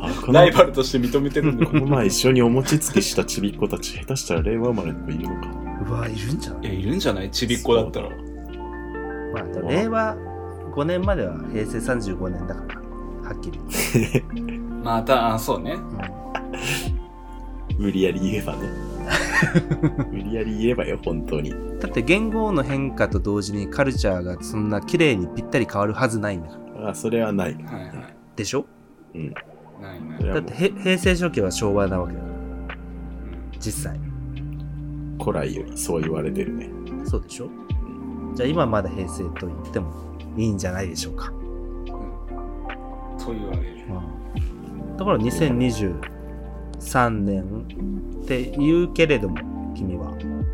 Speaker 3: あこ
Speaker 4: ラ
Speaker 3: の
Speaker 4: イバルとして認めてるんだよ
Speaker 3: こ。の 前一緒にお餅つきしたちびっ子たち、下手したら令和生まれの子いるのか。
Speaker 2: うわ、いるんじゃない
Speaker 4: いや、いるんじゃないちびっ子だったら。
Speaker 2: まあ、でも令和5年までは平成35年だから、はっきり言って。
Speaker 4: また、あ、そうね。
Speaker 3: 無理やり言えば ね。無理やり言えばよ、本当に。
Speaker 2: だって言語の変化と同時にカルチャーがそんな綺麗にぴったり変わるはずないんだから。
Speaker 3: あ、それはない。
Speaker 4: はいはい。
Speaker 2: でしょ
Speaker 3: うん。
Speaker 4: ない
Speaker 3: それ
Speaker 4: ね。
Speaker 2: だ
Speaker 3: は
Speaker 2: っ
Speaker 3: も
Speaker 2: て
Speaker 3: う
Speaker 2: へ平成初期は昭和なわけだから、実際。
Speaker 3: 古来よりそう言われてるね。
Speaker 2: そうでしょじゃあ今まだ平成と言ってもいいんじゃないでしょうか。
Speaker 4: と言われる。
Speaker 2: だから2023年って言うけれども、君は。
Speaker 4: うん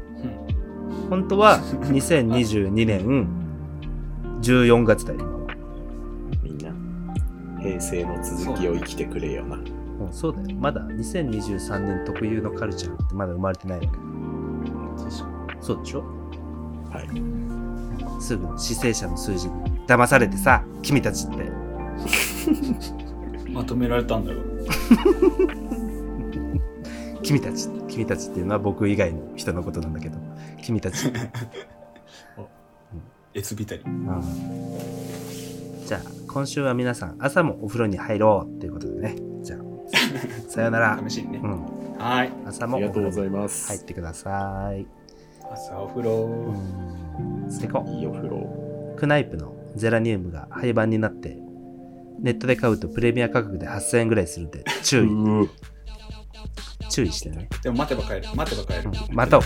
Speaker 2: 本当は2022年14月だよ、今は。
Speaker 3: みんな。平成の続きを生きてくれよな。
Speaker 2: うんそうだよ。まだ2023年特有のカルチャーってまだ生まれてないわけだ。
Speaker 4: 確かに
Speaker 2: そうでしょ
Speaker 3: はい。
Speaker 2: すぐ死生者の数字に騙されてさ、君たちって。
Speaker 4: まとめられたんだろう。
Speaker 2: 君たち。君たちっていうのは僕以外の人のことなんだけど。君た ち。
Speaker 4: えつびたり。
Speaker 2: うんじゃあ、今週は皆さん、朝もお風呂に入ろうっていうことでね。じゃあ、さよな ら。
Speaker 4: 試しにね
Speaker 2: う。ん。
Speaker 4: はーい。
Speaker 2: 朝
Speaker 3: あ
Speaker 2: も
Speaker 3: り
Speaker 2: お
Speaker 3: がと
Speaker 2: 風
Speaker 3: う
Speaker 2: 呂
Speaker 3: ござ
Speaker 2: に
Speaker 3: いま
Speaker 2: 入っ
Speaker 3: す。
Speaker 2: てください。
Speaker 4: 朝お風
Speaker 2: う
Speaker 4: 呂。
Speaker 2: ん。最高。
Speaker 3: いいお風呂。
Speaker 2: クナイプのゼラニウムが廃盤になって、ネットで買うとプレミア価格で8000円ぐらいするんで、注意、
Speaker 3: う
Speaker 2: 注意してね。
Speaker 4: でも待てば帰る。待てば帰る。
Speaker 2: またを。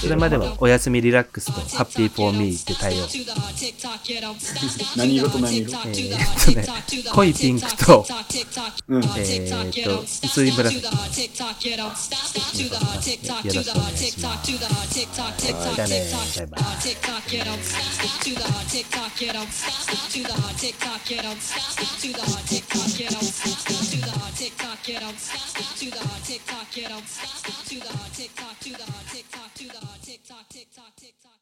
Speaker 2: それまではおやすみリラックスとハッピーフォーミーって対応。
Speaker 4: 何色 と何色
Speaker 2: えー、っとね、濃いピンクと、
Speaker 4: うん。
Speaker 2: えー、っと、薄い紫。よろしくお願いします。じゃあねバイバイ。
Speaker 6: TikTok, TikTok, TikTok, TikTok.